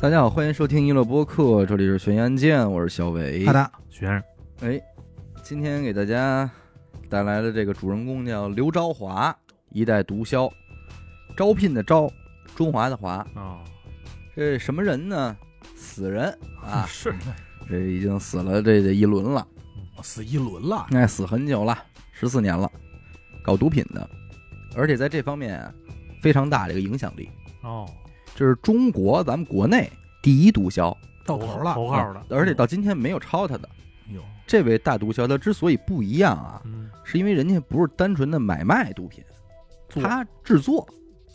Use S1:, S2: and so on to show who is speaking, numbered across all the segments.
S1: 大家好，欢迎收听娱乐播客，这里是悬疑案件，我是小伟
S2: 好。的，
S3: 学生，
S1: 哎，今天给大家带来的这个主人公叫刘昭华，一代毒枭，招聘的招，中华的华，
S3: 哦，，
S1: 这什么人呢？死人啊
S3: 是
S1: 这已经死了这这一轮了，
S2: 死一轮了，
S1: 哎，死很久了，十四年了，搞毒品的，而且在这方面啊非常大的一个影响力，
S3: 哦，
S1: 这是中国咱们国内第一毒枭，
S2: 到头了。
S3: 头号的，
S1: 而且到今天没有超他的。
S2: 哟，
S1: 这位大毒枭他之所以不一样啊，
S3: 嗯，
S1: 是因为人家不是单纯的买卖毒品，
S3: 做
S1: 他制作，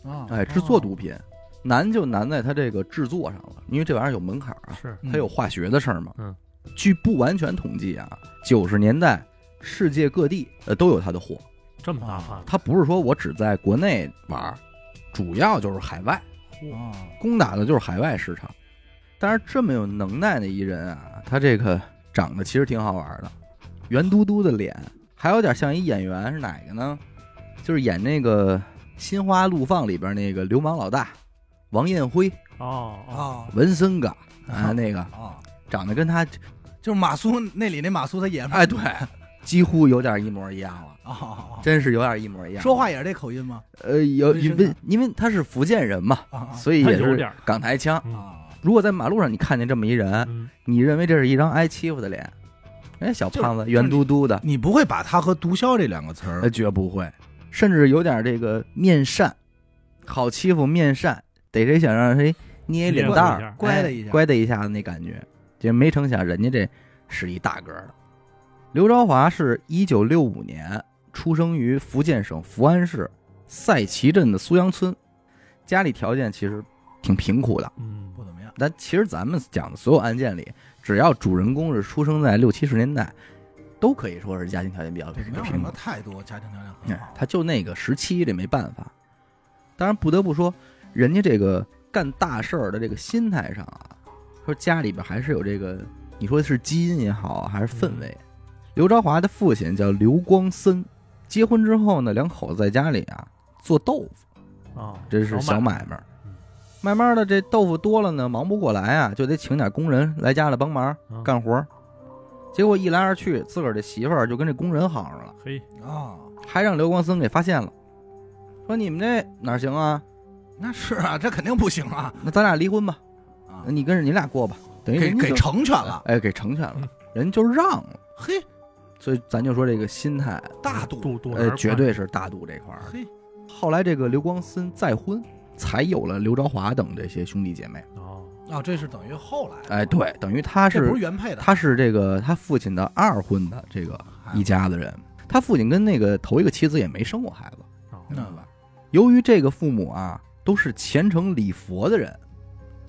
S2: 啊，
S1: 哎，制作毒品难就难在他这个制作上了，因为这玩意儿有门槛啊，
S3: 是
S2: 嗯
S1: 它有化学的事儿嘛。
S3: 嗯，
S1: 据不完全统计啊，九十年代世界各地呃都有他的货，
S3: 这么大范
S1: 他不是说我只在国内玩儿，主要就是海外，
S3: 围，
S2: 啊，
S1: 攻打的就是海外市场。但是这么有能耐的一人啊，他这个长得其实挺好玩的，圆嘟嘟的脸，还有点像一演员是哪个呢？就是演那个《心花怒放》里边那个流氓老大王彦辉、
S3: 哦
S2: 啊
S1: 文森嘎啊，那个
S2: 啊，
S1: 长得跟他
S2: 就是马苏那里那马苏他爷们儿
S1: 哎对，几乎有点一模一样了，
S2: 啊啊，啊
S1: 真是有点一模一样。
S2: 说话也是这口音吗？
S1: 呃有
S2: 文
S1: 因
S2: 森
S1: 为
S2: 嘎
S1: 因为他是福建人嘛，
S2: 啊
S1: 所以也
S3: 他有
S1: 是
S3: 点儿
S1: 港台腔。
S2: 啊
S3: 嗯，
S2: 啊，
S1: 如果在马路上你看见这么一人，
S3: 嗯，
S1: 你认为这是一张挨欺负的脸？哎，小胖子圆嘟嘟的，
S2: 你不会把他和毒枭这两个词
S1: 呃，
S2: 儿
S1: 绝不会，甚至有点这个面善，好欺负面善，逮谁想让谁捏脸蛋儿，
S2: 乖
S1: 哎
S2: 的一下
S1: 乖的一下子那感觉。这没成想，人家这是一大个儿的。刘昭华是一九六五年出生于福建省福安市赛旗镇的苏杨村，家里条件其实挺贫苦的。
S3: 嗯，
S2: 不怎么样
S1: 但其实咱们讲的所有案件里，只要主人公是出生在六七十年代，都可以说是家庭条件比较
S2: 对，
S1: 贫
S2: 没有什
S1: 贫
S2: 么
S1: 苦。
S2: 太多家庭条件很
S1: 嗯
S2: 好，
S1: 他就那个时期，这没办法。当然，不得不说，人家这个干大事儿的这个心态上啊，说家里边还是有这个，你说是基因也好，还是氛围。
S2: 嗯
S1: 刘朝华的父亲叫刘光森，结婚之后呢，两口子在家里啊做豆腐。
S3: 哦，
S1: 这是小买卖
S3: 嗯。
S1: 慢慢的，这豆腐多了呢，忙不过来啊，就得请点工人来家里帮忙
S2: 啊
S3: 嗯
S1: 干活儿。结果一来二去，自个儿这媳妇儿就跟这工人好上了，
S3: 嘿，
S2: 啊，
S1: 还让刘光森给发现了，说你们这哪儿行啊？
S2: 那是啊，这肯定不行啊，
S1: 那咱俩离婚吧，
S2: 啊
S1: 你跟着你俩过吧，等于
S2: 给
S1: 嗯人家
S2: 给
S1: 就
S2: 成全了，
S1: 哎给成全了
S3: 嗯，
S1: 人就让了。
S2: 嘿，
S1: 所以咱就说这个心态，
S2: 大度，
S3: 肚肚
S1: 呃，绝哎对是大度这块儿。
S2: 嘿，
S1: 后来这个刘光森再婚，才有了刘朝华等这些兄弟姐妹。
S3: 哦，
S2: 啊，这是等于后来的，
S1: 哎，对，等于他
S2: 这
S1: 是
S2: 不是原配的，
S1: 他是这个他父亲的二婚的这个一家子人，他父亲跟那个头一个妻子也没生过孩子，
S3: 哦
S1: 明
S2: 嗯
S1: 白吧？由于这个父母啊都是虔诚礼佛的人，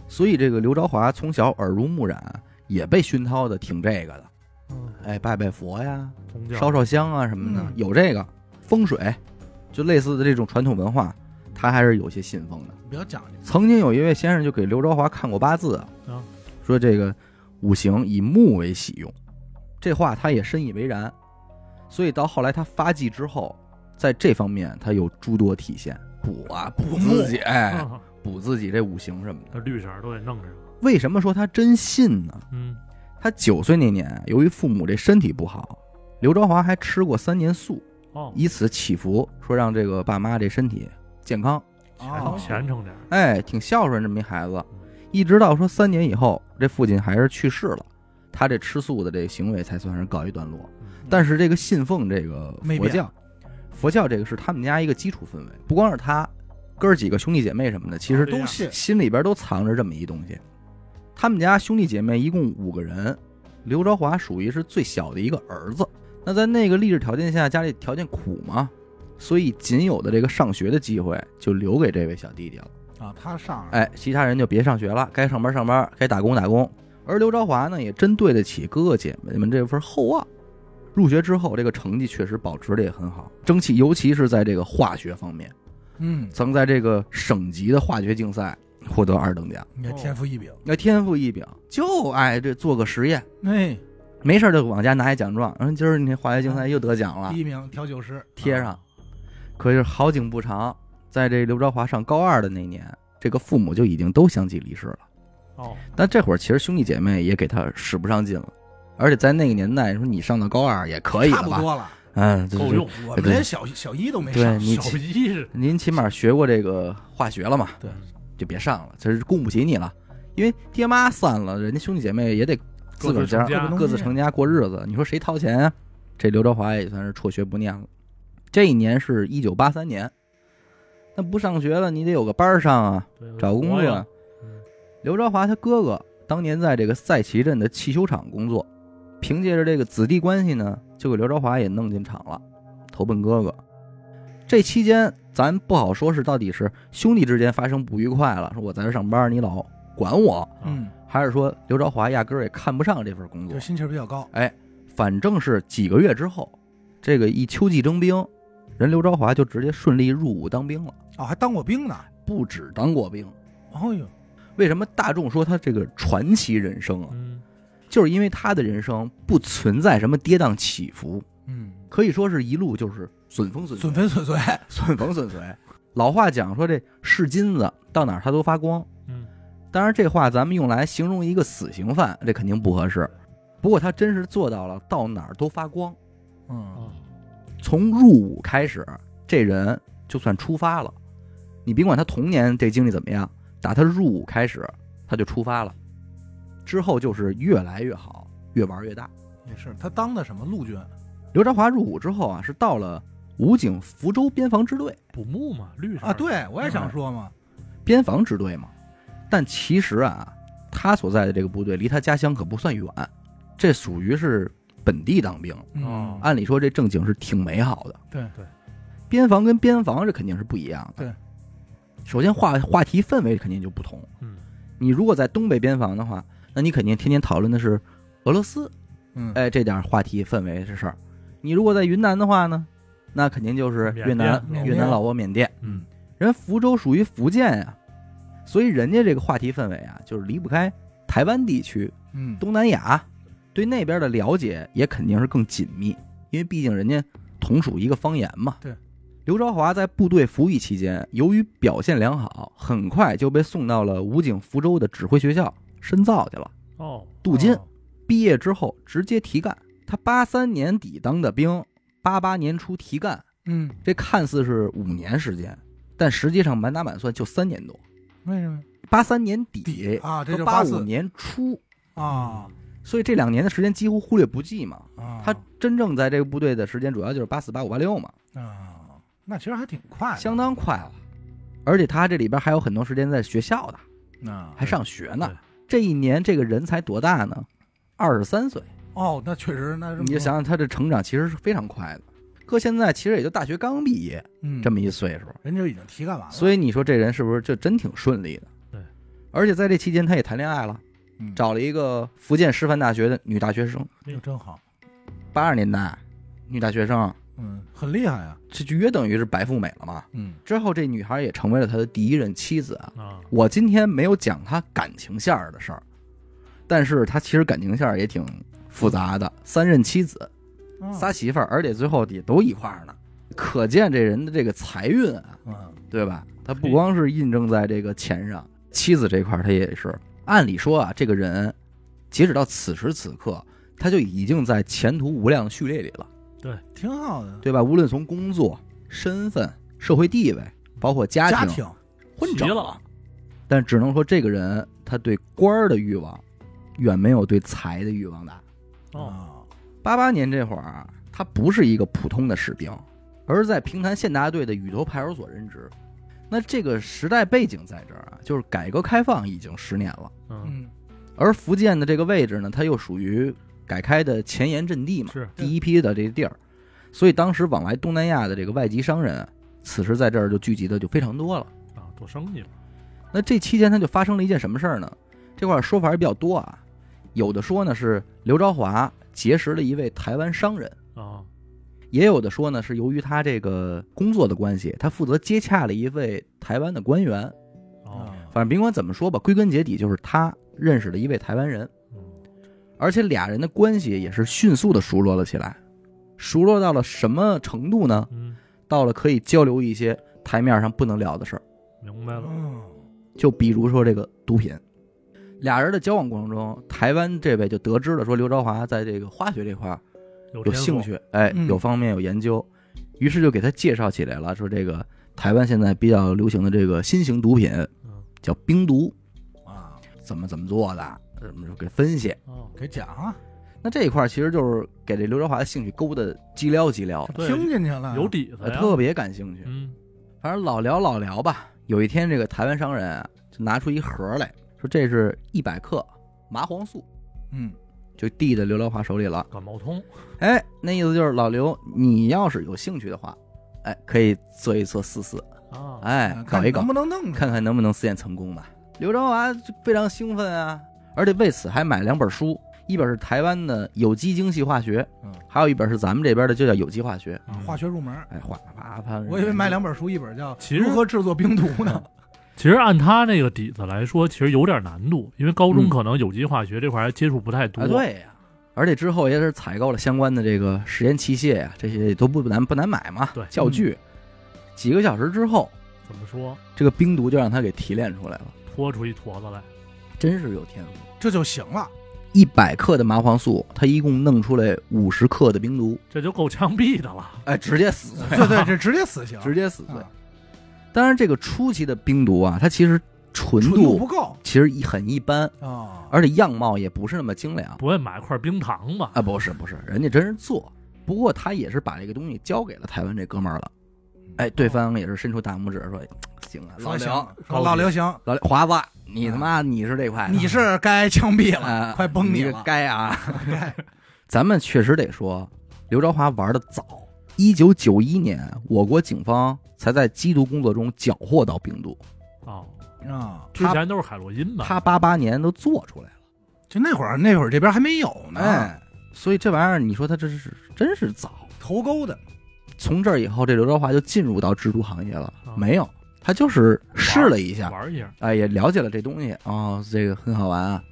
S1: 所以这个刘朝华从小耳濡目染，也被熏陶的挺这个的，
S3: 嗯，
S1: 哎，拜拜佛呀，
S3: 宗教
S1: 烧烧香啊什么的
S2: 嗯，
S1: 有这个风水，就类似的这种传统文化，他还是有些信奉的。
S2: 比较讲究，
S1: 曾经有一位先生就给刘朝华看过八字
S3: 啊，
S1: 说这个五行以木为喜用，这话他也深以为然，所以到后来他发迹之后，在这方面他有诸多体现，补啊补自己，哎，
S3: 嗯
S1: 补自己这五行什么的
S3: 那。绿色儿都得弄上，
S1: 为什么说他真信呢？
S3: 嗯，
S1: 他九岁那年，由于父母这身体不好，刘朝华还吃过三年素，
S3: 哦，
S1: 以此祈福，说让这个爸妈这身体健康。哦
S2: 啊
S3: 虔诚点儿，
S1: 哎，挺孝顺这么一孩子，一直到说三年以后，这父亲还是去世了，他这吃素的这行为才算是告一段落。
S3: 嗯
S1: 但是这个信奉这个
S2: 没
S1: 佛
S2: 变
S1: 教，佛教这个是他们家一个基础氛围，不光是他，哥儿几个兄弟姐妹什么的，其实
S3: 都
S2: 都信
S1: 心里边都藏着这么一东西。他们家兄弟姐妹一共五个人，刘朝华属于是最小的一个儿子。那在那个历史条件下，家里条件苦嘛，所以仅有的这个上学的机会就留给这位小弟弟了。
S2: 啊，他上了
S1: 哎，其他人就别上学了，该上班上班，该打工打工。而刘朝华呢，也真对得起哥哥姐妹们这份厚望。入学之后，这个成绩确实保持的也很好，争气，尤其是在这个化学方面，
S2: 嗯，
S1: 曾在这个省级的化学竞赛获得二等奖。
S2: 也天赋异禀，
S1: 那天赋异禀，就爱这做个实验，
S2: 哎，
S1: 没事儿就往家拿一奖状。然后今儿你化学竞赛又得奖了
S2: 第，一名调酒师
S1: 啊贴上。可是好景不长，在这刘朝华上高二的那年，这个父母就已经都相继离世了。
S3: 哦，
S1: 但这会儿其实兄弟姐妹也给他使不上劲了，而且在那个年代，说你上到高二也可以
S2: 啊差
S1: 了
S2: 不
S1: 吧？
S2: 多了。
S1: 嗯，对
S3: 够
S1: 对对
S3: 用。
S2: 我们连小小一都没
S1: 对
S2: 上，
S1: 你
S2: 小
S1: 起
S3: 手机是嗯
S1: 您起码学过这个化学了嘛？
S2: 对，
S1: 就别上了，这是供不起你了，因为爹妈散了，人家兄弟姐妹也得自个儿
S3: 各自成家
S1: 各自成家过日子，你说谁掏钱啊？这刘德华也算是辍学不念了。这一年是一九八三年，那不上学了，你得有个班儿上啊，
S3: 对
S1: 找工
S3: 活
S1: 作
S3: 呀
S1: 啊。
S3: 嗯
S1: 刘朝华他哥哥当年在这个赛旗镇的汽修厂工作，凭借着这个子弟关系呢，就给刘朝华也弄进厂了，投奔哥哥。这期间，咱不好说是到底是兄弟之间发生不愉快了，说我在这上班，你老管我，
S3: 啊
S2: 嗯，
S1: 还是说刘朝华压根儿也看不上这份工作
S2: 就，心气儿比较高。
S1: 反正是几个月之后，这个一秋季征兵，人刘朝华就直接顺利入伍当兵了，
S2: 哦，还当过兵呢。
S1: 不止当过兵。
S2: 哦呦，
S1: 为什么大众说他这个传奇人生啊？
S3: 嗯，
S1: 就是因为他的人生不存在什么跌宕起伏，
S2: 嗯，
S1: 可以说是一路就是损风损
S2: 损
S1: 损
S2: 分损碎，
S1: 损风 损随。老话讲说这是金子，到哪儿它都发光。
S3: 嗯，
S1: 当然这话咱们用来形容一个死刑犯，这肯定不合适。不过他真是做到了，到哪儿都发光。
S2: 嗯，
S3: 哦
S1: 从入伍开始，这人就算出发了。你甭管他童年这经历怎么样，打他入伍开始，他就出发了。之后就是越来越好，越玩越大。
S2: 也是。他当的什么陆军？
S1: 刘朝华入伍之后啊，是到了武警福州边防支队，
S3: 补木嘛，绿色
S2: 啊，，对我也想说嘛，
S1: 边防支队嘛。但其实啊，他所在的这个部队离他家乡可不算远，这属于是本地当兵。
S3: 哦
S2: 嗯，
S1: 按理说这正经是挺美好的，
S2: 对
S3: 对，
S1: 边防跟边防这肯定是不一样的。
S2: 对，
S1: 首先话话题氛围肯定就不同。
S3: 嗯，
S1: 你如果在东北边防的话，那你肯定天天讨论的是俄罗斯，
S2: 嗯，
S1: 哎，这点话题氛围是事儿。你如果在云南的话呢，那肯定就是越南、越南、
S2: 缅甸缅甸
S1: 老挝、缅甸。
S3: 嗯，
S1: 人福州属于福建呀、所以人家这个话题氛围啊，就是离不开台湾地区、
S2: 嗯，
S1: 东南亚，对那边的了解也肯定是更紧密，因为毕竟人家同属一个方言嘛。
S2: 对。
S1: 刘朝华在部队服役期间，由于表现良好，很快就被送到了武警福州的指挥学校深造去了。
S3: 哦，
S1: 嗯镀金，
S2: 哦
S1: 毕业之后直接提干。他八三年底当的兵，八八年初提干，
S2: 嗯，
S1: 这看似是五年时间，但实际上满打满算就三年多。
S2: 为什么
S1: 八三年
S2: 底
S1: 底
S2: 啊？这
S1: 和
S2: 就
S1: 八五
S2: 四
S1: 年初，
S2: 啊
S1: 所以这两年的时间几乎忽略不计嘛。
S2: 啊，
S1: 嗯他真正在这个部队的时间主要就是八四、八五、八六嘛，
S2: 啊，那其实还挺快的，
S1: 相当快了。而且他这里边还有很多时间在学校的，
S2: 啊
S1: 还上学呢
S3: 对。
S1: 这一年这个人才多大呢？二十三岁，
S2: 哦，那确实，那这么
S1: 你就想想他的成长其实是非常快的。搁现在其实也就大学刚毕业
S2: 嗯，
S1: 这么一岁数，
S2: 人就已经提干完了，
S1: 所以你说这人是不是就真挺顺利的？
S3: 对，
S1: 而且在这期间他也谈恋爱了，
S2: 嗯
S1: 找了一个福建师范大学的女大学生，
S2: 就哎真好，
S1: 八十年代女大学生，
S2: 嗯，很厉害啊，
S1: 这就约等于是白富美了嘛。
S2: 嗯
S1: 之后这女孩也成为了他的第一任妻子啊。
S3: 啊，
S1: 我今天没有讲她感情线儿的事儿，但是她其实感情线儿也挺复杂的，三任妻子，
S2: 啊
S1: 仨媳妇儿，而且最后也都一块儿呢，可见这人的这个财运啊，
S2: 嗯
S1: 对吧？他不
S3: 嘿
S1: 光是印证在这个钱上，妻子这块儿他也是。按理说啊，这个人截止到此时此刻，他就已经在前途无量的序列里了，
S2: 挺好的，
S1: 对吧？无论从工作、身份、社会地位，包括家庭、
S2: 家庭
S1: 混整
S3: 齐了。
S1: 但只能说这个人他对官儿的欲望，远没有对财的欲望大。
S3: 哦，
S2: 啊，
S1: 八八年这会儿啊，他不是一个普通的士兵，而是在平潭县大队的雨头派出所任职。那这个时代背景在这儿啊，就是改革开放已经十年了，
S3: 嗯，
S2: 嗯
S1: 而福建的这个位置呢，它又属于改开的前沿阵地嘛，
S3: 是
S1: 第一批的这地儿，所以当时往来东南亚的这个外籍商人，此时在这儿就聚集的就非常多了。
S3: 啊，做生意了，
S1: 那这期间他就发生了一件什么事儿呢？这块儿说法也比较多啊，有的说呢是刘朝华结识了一位台湾商人。
S3: 啊，
S1: 也有的说呢，是由于他这个工作的关系，他负责接洽了一位台湾的官员。
S2: 啊
S3: 哦，
S1: 反正甭管怎么说吧，归根结底就是他认识了一位台湾人，
S3: 嗯，
S1: 而且俩人的关系也是迅速的熟络了起来。熟络到了什么程度呢？
S3: 嗯，
S1: 到了可以交流一些台面上不能聊的事儿，
S3: 明白了，
S2: 嗯
S1: 就比如说这个毒品。俩人的交往过程中，台湾这位就得知了说刘朝华在这个化学这块儿
S3: 有
S1: 有
S3: 天赋
S1: 兴，趣，哎，
S2: 嗯
S1: 有方面有研究，于是就给他介绍起来了，说这个台湾现在比较流行的这个新型毒品
S3: 嗯
S1: 叫冰毒，
S2: 啊，
S1: 怎么怎么做的，怎么就给分析。
S3: 哦，
S2: 给讲啊，
S1: 那这一块儿其实就是给这刘朝华的兴趣勾的激撩激撩，
S3: 对
S2: 听进去了，
S3: 有底子
S1: 呃
S3: 呀，
S1: 特别感兴趣。
S3: 嗯
S1: 反正老聊老聊吧。有一天，这个台湾商人啊，就拿出一盒来说，这是一百克麻黄素，
S2: 嗯，
S1: 就递在刘德华手里了。
S3: 感冒通，
S1: 哎，那意思就是老刘，你要是有兴趣的话，哎，可以测一测试试，
S3: 啊，
S1: 哎，
S2: 哦看
S1: 搞一搞
S2: 能，不能弄
S1: 看看能不能实验成功吧。刘德华就非常兴奋啊，而且为此还买两本书，一本是台湾的有机精细化学
S2: 嗯，
S1: 还有一本是咱们这边的，就叫有机化学。
S2: 啊化学入门。
S1: 哎，哗啪啪，
S2: 我以为买两本书，一本叫
S3: 其
S2: 《
S3: 实
S2: 如何制作冰毒》 呢。
S3: 其实按他那个底子来说，其实有点难度，因为高
S1: 嗯
S3: 中可能有机化学这块还接触不太多。
S1: 啊，，对呀、而且之后也是采购了相关的这个实验器械呀、这些都不难不难买嘛，
S3: 对
S1: 教具。
S2: 嗯
S1: 几个小时之后，
S3: 怎么说
S1: 这个冰毒就让他给提炼出来了，
S3: 拖出一坨子来？
S1: 真是有天赋。
S2: 这就行了。
S1: 一百克的麻黄素，他一共弄出来五十克的冰毒，
S3: 这就够枪毙的了。
S1: 哎，直接死罪，
S2: 对对，这直接死刑，
S1: 直接死罪。
S2: 啊
S1: 当然，这个初期的冰毒啊，它其实纯
S2: 纯度不
S1: 度
S2: 够
S1: 其实一很一般，
S2: 啊，
S1: 而且样貌也不是那么精良。
S3: 不会买块冰糖吧？
S1: 啊，不是不是，人家真是做，不过他也是把这个东西交给了台湾这哥们儿了。哎，对方也是伸出大拇指说：“行啊，老
S2: 嗯哦说行
S1: 刘，
S2: 说老刘行，
S1: 老刘，华子，你他妈你是这块的，
S2: 你是该枪毙
S1: 啊
S2: 了，快崩
S1: 你
S2: 你
S1: 是
S2: 了，
S1: 该啊！
S2: 该
S1: 咱们确实得说，刘朝华玩的早。一九九一年，我国警方才在缉毒工作中缴获到冰毒，
S3: 啊，
S2: 啊。
S3: 之前都是海洛因吧？
S1: 他八八年都做出来了。
S2: 就那会儿，那会儿这边还没有呢，
S1: 哎，所以这玩意儿，你说他这是真是早。
S2: 头钩的，
S1: 从这儿以后，这刘朝华就进入到制毒行业了
S3: 啊？
S1: 没有，他就是试了一下，
S3: 玩一下，
S1: 哎，也了解了这东西啊、哦，这个很好玩啊。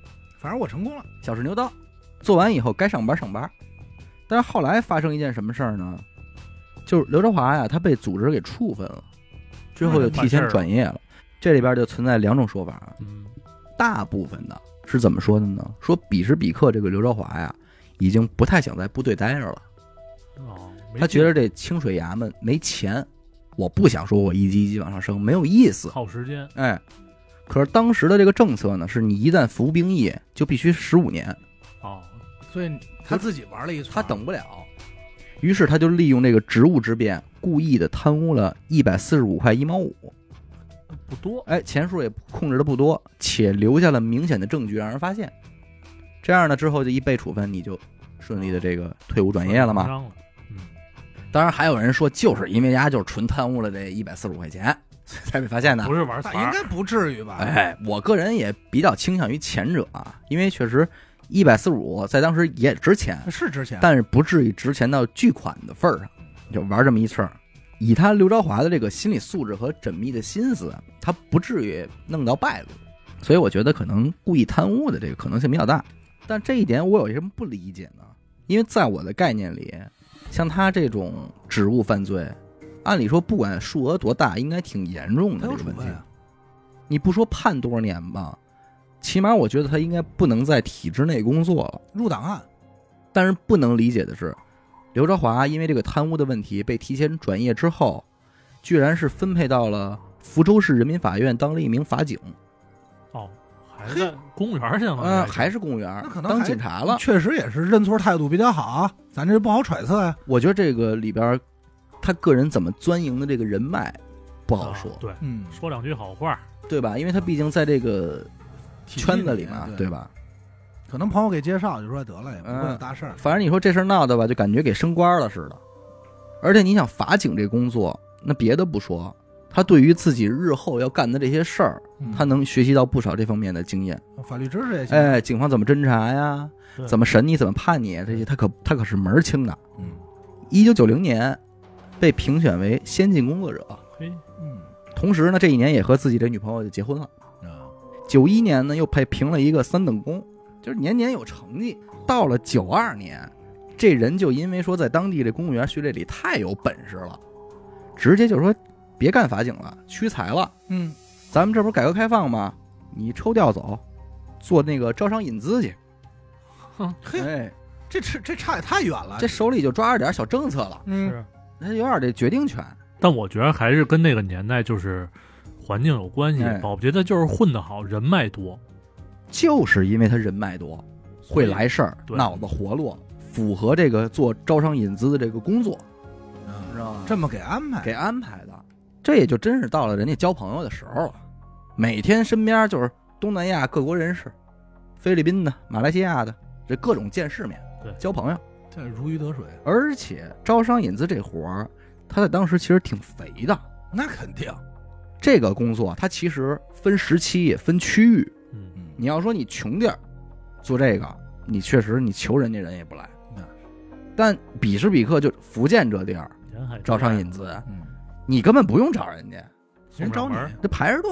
S2: 反正我成功了。
S1: 小试牛刀，做完以后该上班上班。但是后来发生一件什么事儿呢？就是刘德华呀，他被组织给处分了，之后就提前转业了。这里边就存在两种说法啊，
S3: 嗯，
S1: 大部分的是怎么说的呢？说彼时彼刻这个刘德华呀，已经不太想在部队待着了，
S3: 哦，没
S1: 他觉得这清水衙门没钱，我不想说我一级一级往上升，没有意思。
S3: 耗时间，
S1: 哎，可是当时的这个政策呢，是你一旦服兵役就必须十五年，
S3: 哦，
S2: 所以他自己玩了一出，
S1: 他等不了，于是他就利用这个职务之便，故意的贪污了一百四十五块一毛五，
S3: 不多，
S1: 哎，钱数也控制的不多，且留下了明显的证据让人发现。这样呢，之后就一被处分，你就顺利的这个退伍转业了嘛。
S3: 伤了，嗯
S1: 当然，还有人说，就是因为人家就是纯贪污了这一百四十五块钱，所以才被发现的
S3: 不。是玩
S2: 但
S3: 团
S2: 应
S3: 儿，
S2: 该不至于吧？
S1: 哎，我个人也比较倾向于前者啊，因为确实一百四十五在当时也值钱，
S2: 是值钱，
S1: 但是不至于值钱到巨款的份儿上，就玩这么一事儿。以他刘朝华的这个心理素质和缜密的心思，他不至于弄到败露，所以我觉得可能故意贪污的这个可能性比较大。但这一点我有什么不理解呢？因为在我的概念里，像他这种职务犯罪，按理说不管数额多大，应该挺严重
S2: 他
S1: 的
S2: 有
S1: 这个
S2: 处
S1: 问题
S2: 分。啊，
S1: 你不说判多少年吧，起码我觉得他应该不能在体制内工作了。
S2: 入档案
S1: 但是不能理解的是，刘朝华因为这个贪污的问题被提前转业之后，居然是分配到了福州市人民法院当了一名法警，
S3: 哦，还在公务员去了吗，
S1: 嗯、
S3: 应该
S1: 还是公务员
S2: 哦那可，能
S1: 当
S2: 还嗯
S1: 警察了。
S2: 确实也是认错态度比较好啊，咱这不好揣测呀。
S1: 我觉得这个里边儿，他个人怎么钻营的这个人脉不好说
S3: 啊，对，
S2: 嗯，
S3: 说两句好话，
S1: 对吧？因为他毕竟在这个
S2: 体系
S1: 圈子里嘛，
S2: 对，
S1: 对吧？嗯
S2: 可能朋友给介绍就说得了，也不会有大事儿。
S1: 反正你说这事儿闹的吧，就感觉给升官了似的。而且你想，法警这工作，那别的不说，他对于自己日后要干的这些事儿，
S2: 嗯
S1: 他能学习到不少这方面的经验。
S2: 法律知识也行，
S1: 哎，警方怎么侦查呀？
S3: 对
S1: 怎么审你？怎么判你？啊这些他可他可是门儿清的。
S2: 嗯
S1: 一九九零年被评选为先进工作者，
S3: 嘿，
S2: 嗯
S1: 同时呢，这一年也和自己的女朋友就结婚了。
S2: 啊，
S1: 九一年呢，又被评了一个三等功，就是年年有成绩。到了九二年，这人就因为说在当地这公务员序列里太有本事了，直接就说别干法警了，屈才了。
S2: 嗯
S1: 咱们这不是改革开放吗？你抽调走，做那个招商引资去。
S2: 嘿
S1: 哎，
S2: 这这这差也太远
S3: 啊
S2: 了。
S1: 这手里就抓着点小政策了，
S2: 嗯，
S3: 是。
S1: 他有点这决定权。
S3: 但我觉得还是跟那个年代就是环境有关系
S1: 哎。
S3: 保不齐他就是混得好，人脉多，
S1: 就是因为他人脉多，会来事儿，
S3: 对
S1: 脑子活络，符合这个做招商引资的这个工作，
S2: 嗯
S1: 知道吗？
S2: 这么给安排，
S1: 给安排的，这也就真是到了人家交朋友的时候了。每天身边就是东南亚各国人士，菲律宾的、马来西亚的，这各种见世面，
S3: 对
S1: 交朋友。
S2: 这如鱼得水，
S1: 而且招商引资这活儿，他在当时其实挺肥的。
S2: 那肯定。
S1: 这个工作它其实分时期也分区域，
S3: 嗯，
S1: 你要说你穷地儿做这个，你确实你求人家人也不来
S2: 那。
S1: 但比时比刻就福建这地儿
S3: 人还
S1: 招商引资，
S2: 嗯，
S1: 你根本不用找人家，
S2: 人找你
S1: 这排着队，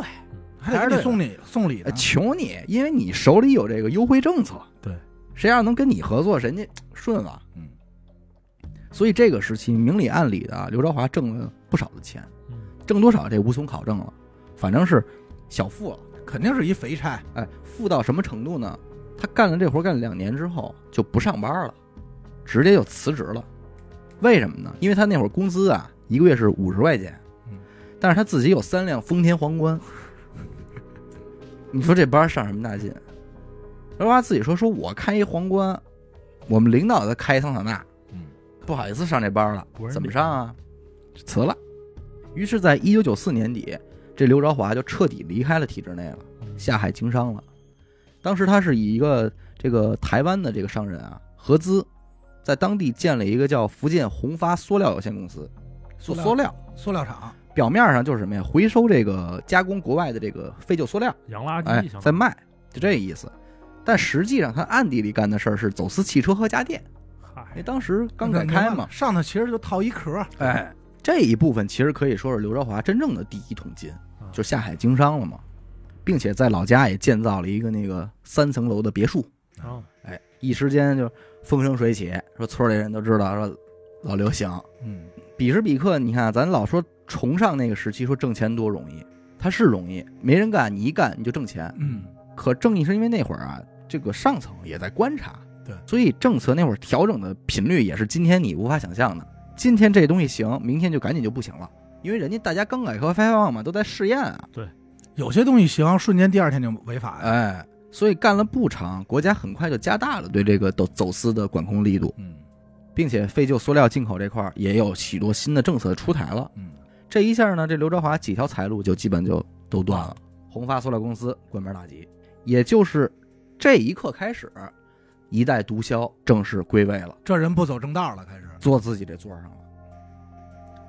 S2: 还得给你送礼送礼
S1: 呃
S2: 呢，
S1: 求你，因为你手里有这个优惠政策。
S2: 对，
S1: 谁要是能跟你合作，人家顺了。
S2: 嗯，
S1: 所以这个时期明里暗里的，刘朝华挣了不少的钱，
S3: 嗯，
S1: 挣多少这无从考证了，反正是小富了。
S2: 肯定是一肥差。
S1: 哎，富到什么程度呢？他干了这活儿干了两年之后就不上班了，直接就辞职了。为什么呢？因为他那会儿工资啊，一个月是五十块钱
S2: 嗯，
S1: 但是他自己有三辆丰田皇冠。你说这班儿上什么大劲？刘华自己说：“说我开一皇冠，我们领导在开一桑塔纳，
S2: 嗯，
S1: 不好意思上这班了
S3: 不，是
S1: 怎么
S3: 你
S1: 上啊？辞了。”于是，在一九九四年底，这刘朝华就彻底离开了体制内了。
S3: 嗯
S1: 下海经商了。当时他是以一个这个台湾的这个商人啊合资，在当地建了一个叫福建宏发塑料有限公司，做塑料。
S2: 塑料厂，
S1: 表面上就是什么呀？回收这个加工国外的这个废旧塑料，
S3: 洋垃圾
S1: 哎
S3: 相当于，
S1: 在卖，就这意思。但实际上，他暗地里干的事儿是走私汽车和家电，因为
S3: 嗨，
S1: 当时刚改开嘛。
S2: 上头其实就套一壳。啊
S1: 哎，这一部分其实可以说是刘朝华真正的第一桶金，
S3: 啊
S1: 就下海经商了嘛，并且在老家也建造了一个那个三层楼的别墅。
S3: 啊，
S1: 哎，一时间就风生水起，说村里人都知道，说老刘行。
S2: 嗯，
S1: 彼时彼刻，你看咱老说崇尚那个时期，说挣钱多容易，他是容易，没人干，你一干你就挣钱。
S2: 嗯，
S1: 可正义是因为那会儿啊，这个上层也在观察，
S2: 对
S1: 所以政策那会儿调整的频率也是今天你无法想象的。今天这东西行，明天就赶紧就不行了，因为人家大家刚改革开放嘛，都在试验啊。
S2: 有些东西行，瞬间第二天就违法呀。
S1: 哎，所以干了不长，国家很快就加大了对这个走走私的管控力度。
S2: 嗯
S1: 并且废旧塑料进口这块儿也有许多新的政策出台了。
S2: 嗯，
S1: 这一下呢，这刘朝华几条财路就基本就都断了。宏发塑料公司关门大吉，也就是这一刻开始，一代毒枭正式归位了，
S2: 这人不走正道了，开始。
S1: 坐自己这座上了。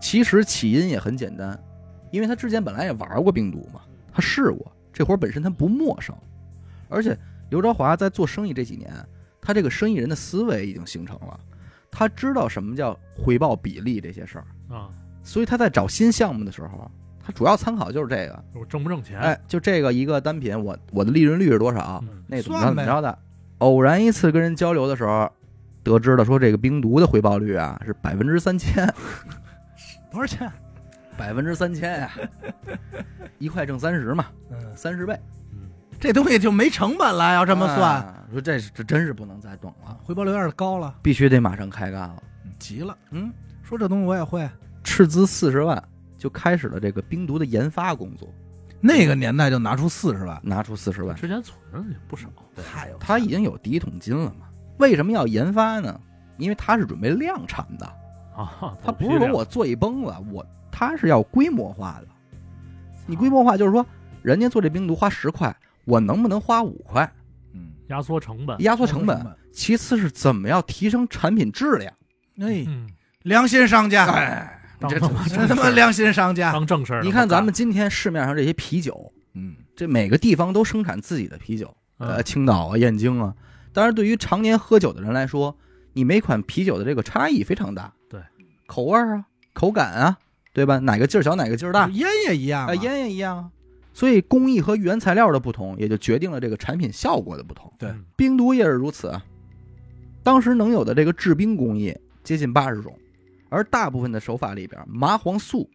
S1: 其实起因也很简单，因为他之前本来也玩过病毒嘛，他试过这活儿本身他不陌生，而且刘朝华在做生意这几年，他这个生意人的思维已经形成了，他知道什么叫回报比例这些事儿，
S3: 啊，
S1: 所以他在找新项目的时候，他主要参考就是这个，
S3: 我挣不挣钱？
S1: 哎，就这个一个单品，我我的利润率是多少，
S3: 嗯，
S1: 那怎么着
S2: 算
S1: 怎
S2: 呗
S1: 么着的。偶然一次跟人交流的时候，得知了说这个冰毒的回报率啊是百分之三千，
S2: 多少钱？
S1: 百分之三千呀， 一块挣三十嘛，
S2: 嗯，
S1: 三十倍。
S3: 嗯，
S2: 这东西就没成本了，要这么算，
S1: 啊说这是这真是不能再等了，
S2: 回报率有点高了，
S1: 必须得马上开干了。
S2: 急了。
S1: 嗯，
S2: 说这东西我也会，
S1: 斥资四十万就开始了这个冰毒的研发工作，
S2: 那个年代就拿出四十万，
S1: 拿出四十万，
S3: 之前存也不少，
S2: 太有
S1: 他已经有第一桶金了嘛？为什么要研发呢？因为他是准备量产的，
S3: 啊，
S1: 他
S3: 批
S1: 不是说
S3: 量
S1: 我做一崩子，我他是要规模化的。你规模化就是说，人家做这冰毒花十块，我能不能花五块？
S2: 嗯，
S3: 压缩成本，嗯
S1: 压缩成本。其次是怎么样提升产品质量？
S2: 哎，
S3: 嗯，
S2: 良心商家，
S1: 哎，
S3: 当
S1: 这
S3: 他妈
S2: 真
S3: 正
S2: 他
S3: 事
S2: 妈
S3: 儿
S2: 良心商家。
S3: 当正事儿了，
S1: 你看
S3: 我干
S1: 咱们今天市面上这些啤酒，
S2: 嗯，
S1: 这每个地方都生产自己的啤酒，呃，
S3: 嗯
S1: 青岛啊、燕京啊。当然，对于常年喝酒的人来说，你每款啤酒的这个差异非常大，
S3: 对，
S1: 口味儿啊、口感啊，对吧？哪个劲儿小，哪个劲儿大？
S2: 哎烟也一样嘛
S1: 啊，，烟也一样啊。所以工艺和原材料的不同，也就决定了这个产品效果的不同。
S2: 对
S3: 嗯
S1: 冰毒也是如此啊。当时能有的这个制冰工艺接近八十种，而大部分的手法里边，麻黄素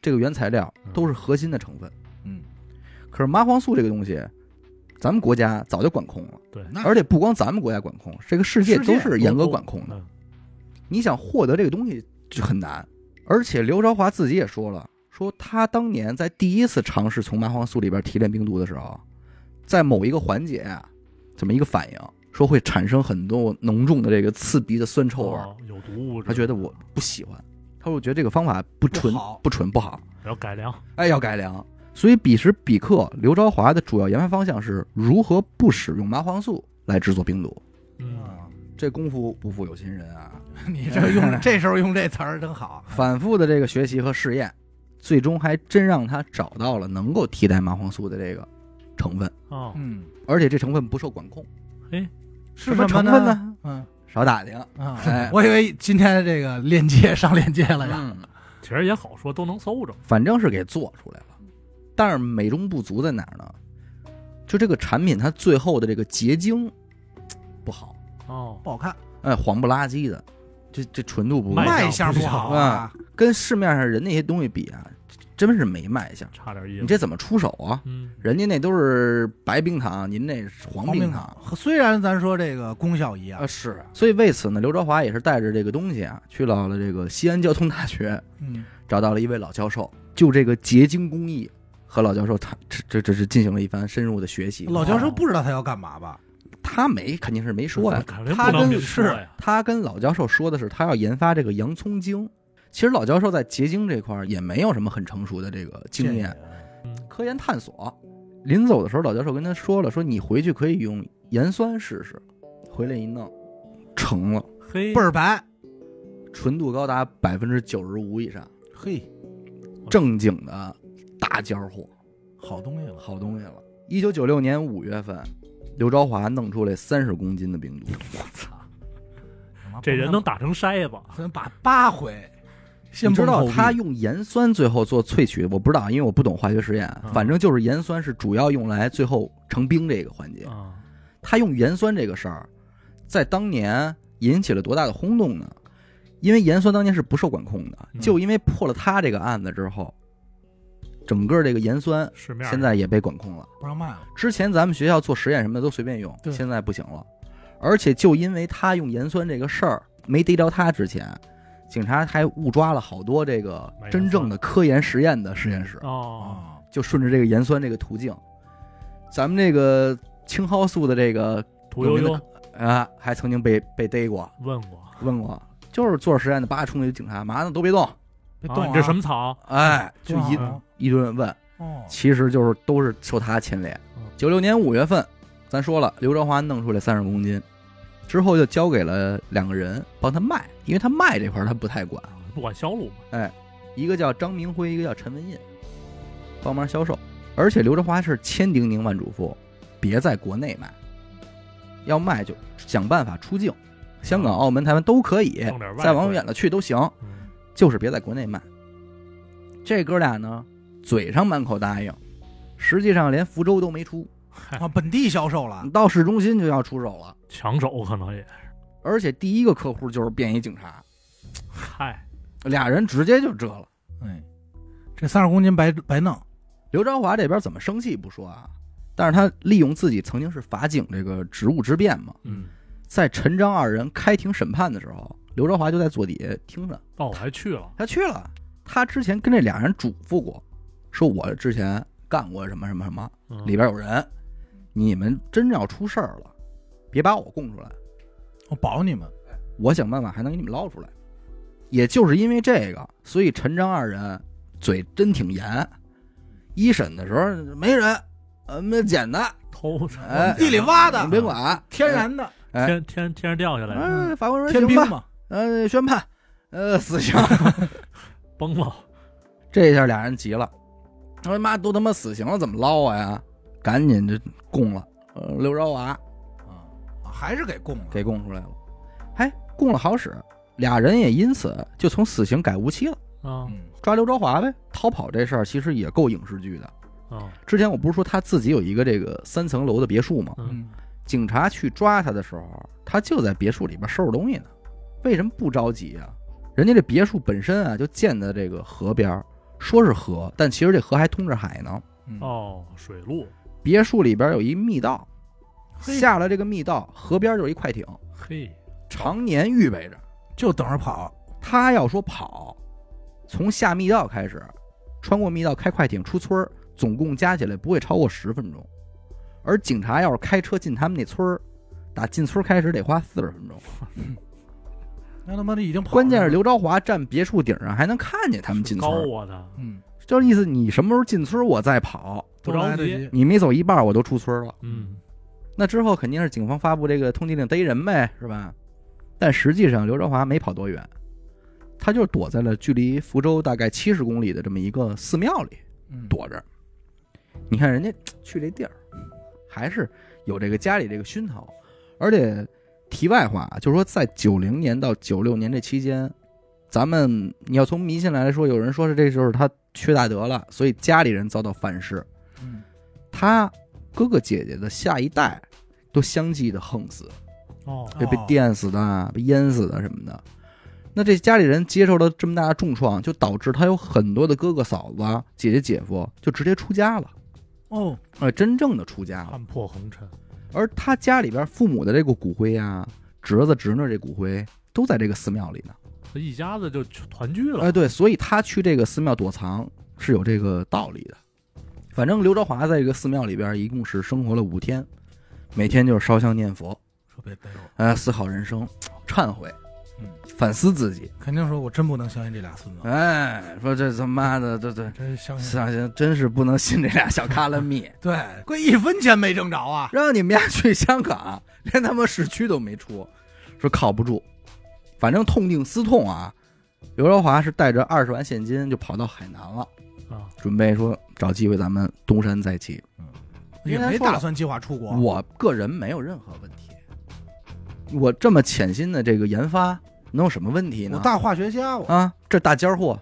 S1: 这个原材料都是核心的成分。
S2: 嗯，
S1: 可是麻黄素这个东西，咱们国家早就管控了，
S3: 对
S2: 那
S1: 而且不光咱们国家管控，这个世界
S2: 嗯世界
S1: 都是呃严格管控的。
S3: 嗯
S1: 你想获得这个东西就很难，而且刘朝华自己也说了，说他当年在第一次尝试从麻黄素里边提炼冰毒的时候，在某一个环节啊，这么一个反应，说会产生很多浓重的这个刺鼻的酸臭味儿，
S3: 哦有毒物质，
S1: 他觉得我不喜欢，他说我觉得这个方法不纯
S2: 不好
S1: 不纯不好，
S3: 要改良，
S1: 哎，要改良。所以彼时彼刻，刘朝华的主要研发方向是如何不使用麻黄素来制作冰毒。啊
S3: 嗯，
S1: 这功夫不负有心人啊，
S2: 你这 用这时候用这词儿真好。
S1: 反复的这个学习和试验，最终还真让他找到了能够替代麻黄素的这个成分，
S3: 哦，
S2: 嗯，
S1: 而且这成分不受管控。
S3: 嘿，
S2: 是
S1: 么
S2: 什
S1: 成
S2: 么
S1: 分？呢？
S2: 嗯
S1: 少打听。哎
S2: 啊， 我以为今天这个链接上链接了呀。
S1: 嗯，
S3: 其实也好说，都能搜着，
S1: 反正是给做出来了。但是美中不足在哪儿呢？就这个产品它最后的这个结晶嘖不好，
S3: 哦，
S2: 不好看，
S1: 哎，黄不拉几的，这这纯度不够，
S3: 卖
S2: 卖
S3: 相
S2: 相
S3: 不
S2: 不好
S3: 好
S2: 啊。
S1: 跟市面上人那些东西比啊，真是没卖相。
S3: 差点意思。
S1: 你这怎么出手啊？
S3: 嗯，
S1: 人家那都是白冰糖，您那是黄
S2: 黄
S1: 冰
S2: 冰
S1: 糖
S2: 糖，虽然咱说这个功效一样
S1: 啊，，是。所以为此呢，刘朝华也是带着这个东西啊，去到了这个西安交通大学，
S2: 嗯，
S1: 找到了一位老教授，就这个结晶工艺和老教授他这这这是进行了一番深入的学习。
S2: 老教授
S1: 哦
S2: 不知道他要干嘛吧？
S1: 他没肯定是没说呀，
S3: 肯定
S1: 他
S3: 不能
S1: 跟
S3: 明说
S2: 是
S3: 呀，
S1: 他跟老教授说的是他要研发这个洋葱精。其实老教授在结晶这块儿也没有什么很成熟的这个经验，科研探索。临走的时候，老教授跟他说了，说你回去可以用盐酸试试。回来一弄，成了，
S3: 嘿，
S2: 倍儿白，
S1: 纯度高达百分之九十五以上，
S2: 嘿，
S1: 正经的大家伙，
S2: 好东西了。
S1: 好东西了。一九九六年五月份，刘朝华弄出来三十公斤的冰毒，
S3: 这人能打成筛子，啊
S2: 咱把八回，先
S1: 你知道
S2: 崩后
S1: 他
S2: 立
S1: 用盐酸最后做萃取，我不知道，因为我不懂化学实验
S2: 啊
S3: 嗯，
S1: 反正就是盐酸是主要用来最后成冰这个环节。
S3: 啊，
S1: 他用盐酸这个事儿，在当年引起了多大的轰动呢？因为盐酸当年是不受管控的
S3: 嗯，
S1: 就因为破了他这个案子之后，整个这个盐酸
S3: 市面儿
S1: 现在也被管控了。
S2: 不让卖了，
S1: 之前咱们学校做实验什么的都随便用，
S2: 对
S1: 现在不行了。而且就因为他用盐酸这个事儿没逮着他之前，警察还误抓了好多这个
S3: 买盐酸
S1: 真正的科研实验的实验室，
S3: 哦，
S2: 啊，
S1: 就顺着这个盐酸这个途径，咱们这个青蒿素的这个
S3: 屠呦呦
S1: 啊，还曾经被被逮过，
S3: 问过，
S1: 问过，就是做实验的，叭冲进去警察，麻子都别动，
S2: 别动
S3: 啊，
S2: 啊
S3: 你这什么草？
S1: 哎，就一
S2: 啊
S1: 一顿问，
S2: 哦，
S1: 其实就是都是受他牵连
S3: 嗯。
S1: 九六年五月份，咱说了，刘朝华弄出来三十公斤，之后就交给了两个人帮他卖，因为他卖这块儿他不太管，
S3: 不管销路嘛，
S1: 一个叫张明辉，一个叫陈文印，帮忙销售。而且刘朝华是千叮咛万嘱咐，别在国内卖，要卖就想办法出境，香港、澳门、台湾都可以，
S3: 挣点外
S1: 再往
S3: 汇
S1: 远了去都行。
S3: 嗯
S1: 就是别在国内卖。这哥俩呢，嘴上满口答应，实际上连福州都没出，
S2: 啊，本地销售了
S1: 你，到市中心就要出手了。
S3: 抢手可能也，
S1: 而且第一个客户就是便衣警察，
S3: 嗨，
S1: 俩人直接就折了。
S2: 哎，这三十公斤白白弄，
S1: 刘朝华这边怎么生气不说啊，但是他利用自己曾经是法警这个职务之便嘛，
S3: 嗯，
S1: 在陈章二人开庭审判的时候，刘朝华就在坐底下听着，
S3: 哦，我还去了，
S1: 他去了。他之前跟这俩人嘱咐过，说我之前干过什么什么什么，
S3: 嗯
S1: 里边有人，你们真要出事儿了，别把我供出来，
S2: 我保你们，
S1: 我想办法还能给你们捞出来。也就是因为这个，所以陈章二人嘴真挺严，一审的时候没人，呃，那简单，
S3: 偷着
S1: 哎，
S2: 地里挖的
S1: 你别管，
S2: 天然的
S1: 哎
S3: 天天天上掉下来的，
S1: 嗯、法官说
S2: 天
S1: 行
S2: 兵
S1: 吧，
S2: 嘛，
S1: 呃，宣判，呃，死刑。
S3: 崩了，
S1: 这下俩人急了，说妈都他妈死刑了，怎么捞我呀？赶紧就供了，呃，刘朝华。
S2: 啊，还是给供了，
S1: 给供出来了，还供了好使，俩人也因此就从死刑改无期了，
S3: 啊
S2: 嗯，
S1: 抓刘朝华呗。逃跑这事儿其实也够影视剧的。
S3: 啊，
S1: 之前我不是说他自己有一个这个三层楼的别墅吗？
S3: 嗯，
S1: 警察去抓他的时候，他就在别墅里边收拾东西呢。为什么不着急啊？人家这别墅本身啊就建在这个河边儿，说是河，但其实这河还通着海呢。
S2: 嗯，
S3: 哦，水路，
S1: 别墅里边有一密道，
S2: 嘿
S1: 下了这个密道，河边就是一快艇，
S3: 嘿，
S1: 常年预备着。
S2: 就等着跑。
S1: 他要说跑，从下密道开始，穿过密道开快艇出村儿，总共加起来不会超过十分钟。而警察要是开车进他们那村儿，打进村儿开始得花四十分钟。
S2: 那他妈的已经跑了。
S1: 关键是刘朝华站别墅顶上还能看见他们进
S3: 高啊
S1: 村儿，
S3: 我的，
S2: 嗯，
S1: 就是意思你什么时候进村儿我再跑，
S2: 都
S3: 不着
S2: 来得
S3: 急
S2: 及。
S1: 你没走一半儿我就出村儿了。
S3: 嗯，
S1: 那之后肯定是警方发布这个通缉令逮人呗，是吧？但实际上刘朝华没跑多远，他就躲在了距离福州大概七十公里的这么一个寺庙里
S2: 嗯，
S1: 躲着。你看人家去这地儿，还是有这个家里这个熏陶。而且题外话啊，就是说在九零年到九六年这期间，咱们你要从迷信来说，有人说是这就是他缺大德了，所以家里人遭到反噬。
S2: 嗯，
S1: 他哥哥姐姐的下一代都相继的横死，
S3: 哦，
S1: 被被电死的、被淹死的什么的。那这家里人接受了这么大的重创，就导致他有很多的哥哥嫂子、姐姐姐夫就直接出家了，
S2: 哦，
S1: 呃，真正的出家了。
S3: 看破红尘，
S1: 而他家里边父母的这个骨灰啊，侄子侄女这骨灰都在这个寺庙里呢。
S3: 这一家子就团聚了。
S1: 哎，对，所以他去这个寺庙躲藏是有这个道理的。反正刘朝华在这个寺庙里边一共是生活了五天，每天就是烧香念佛，
S2: 说别逮我，
S1: 呃，思考人生，忏悔，
S2: 嗯
S1: 反思自己。
S2: 肯定说我真不能相信这俩孙子，
S1: 哎，说这他妈的，这这
S2: 真相信。
S1: 想想真是不能信这俩小卡拉米，
S2: 对，贵一分钱没挣着啊！
S1: 让你们家去香港，连他妈市区都没出，说靠不住。反正痛定思痛啊，刘朝华是带着二十万现金就跑到海南了，
S3: 啊，
S1: 准备说找机会咱们东山再起。
S2: 也没打算计划出国。
S1: 我个人没有任何问题，我这么潜心的这个研发能有什么问题
S2: 我
S1: 呢？
S2: 大化学家，我
S1: 啊，这大尖儿货，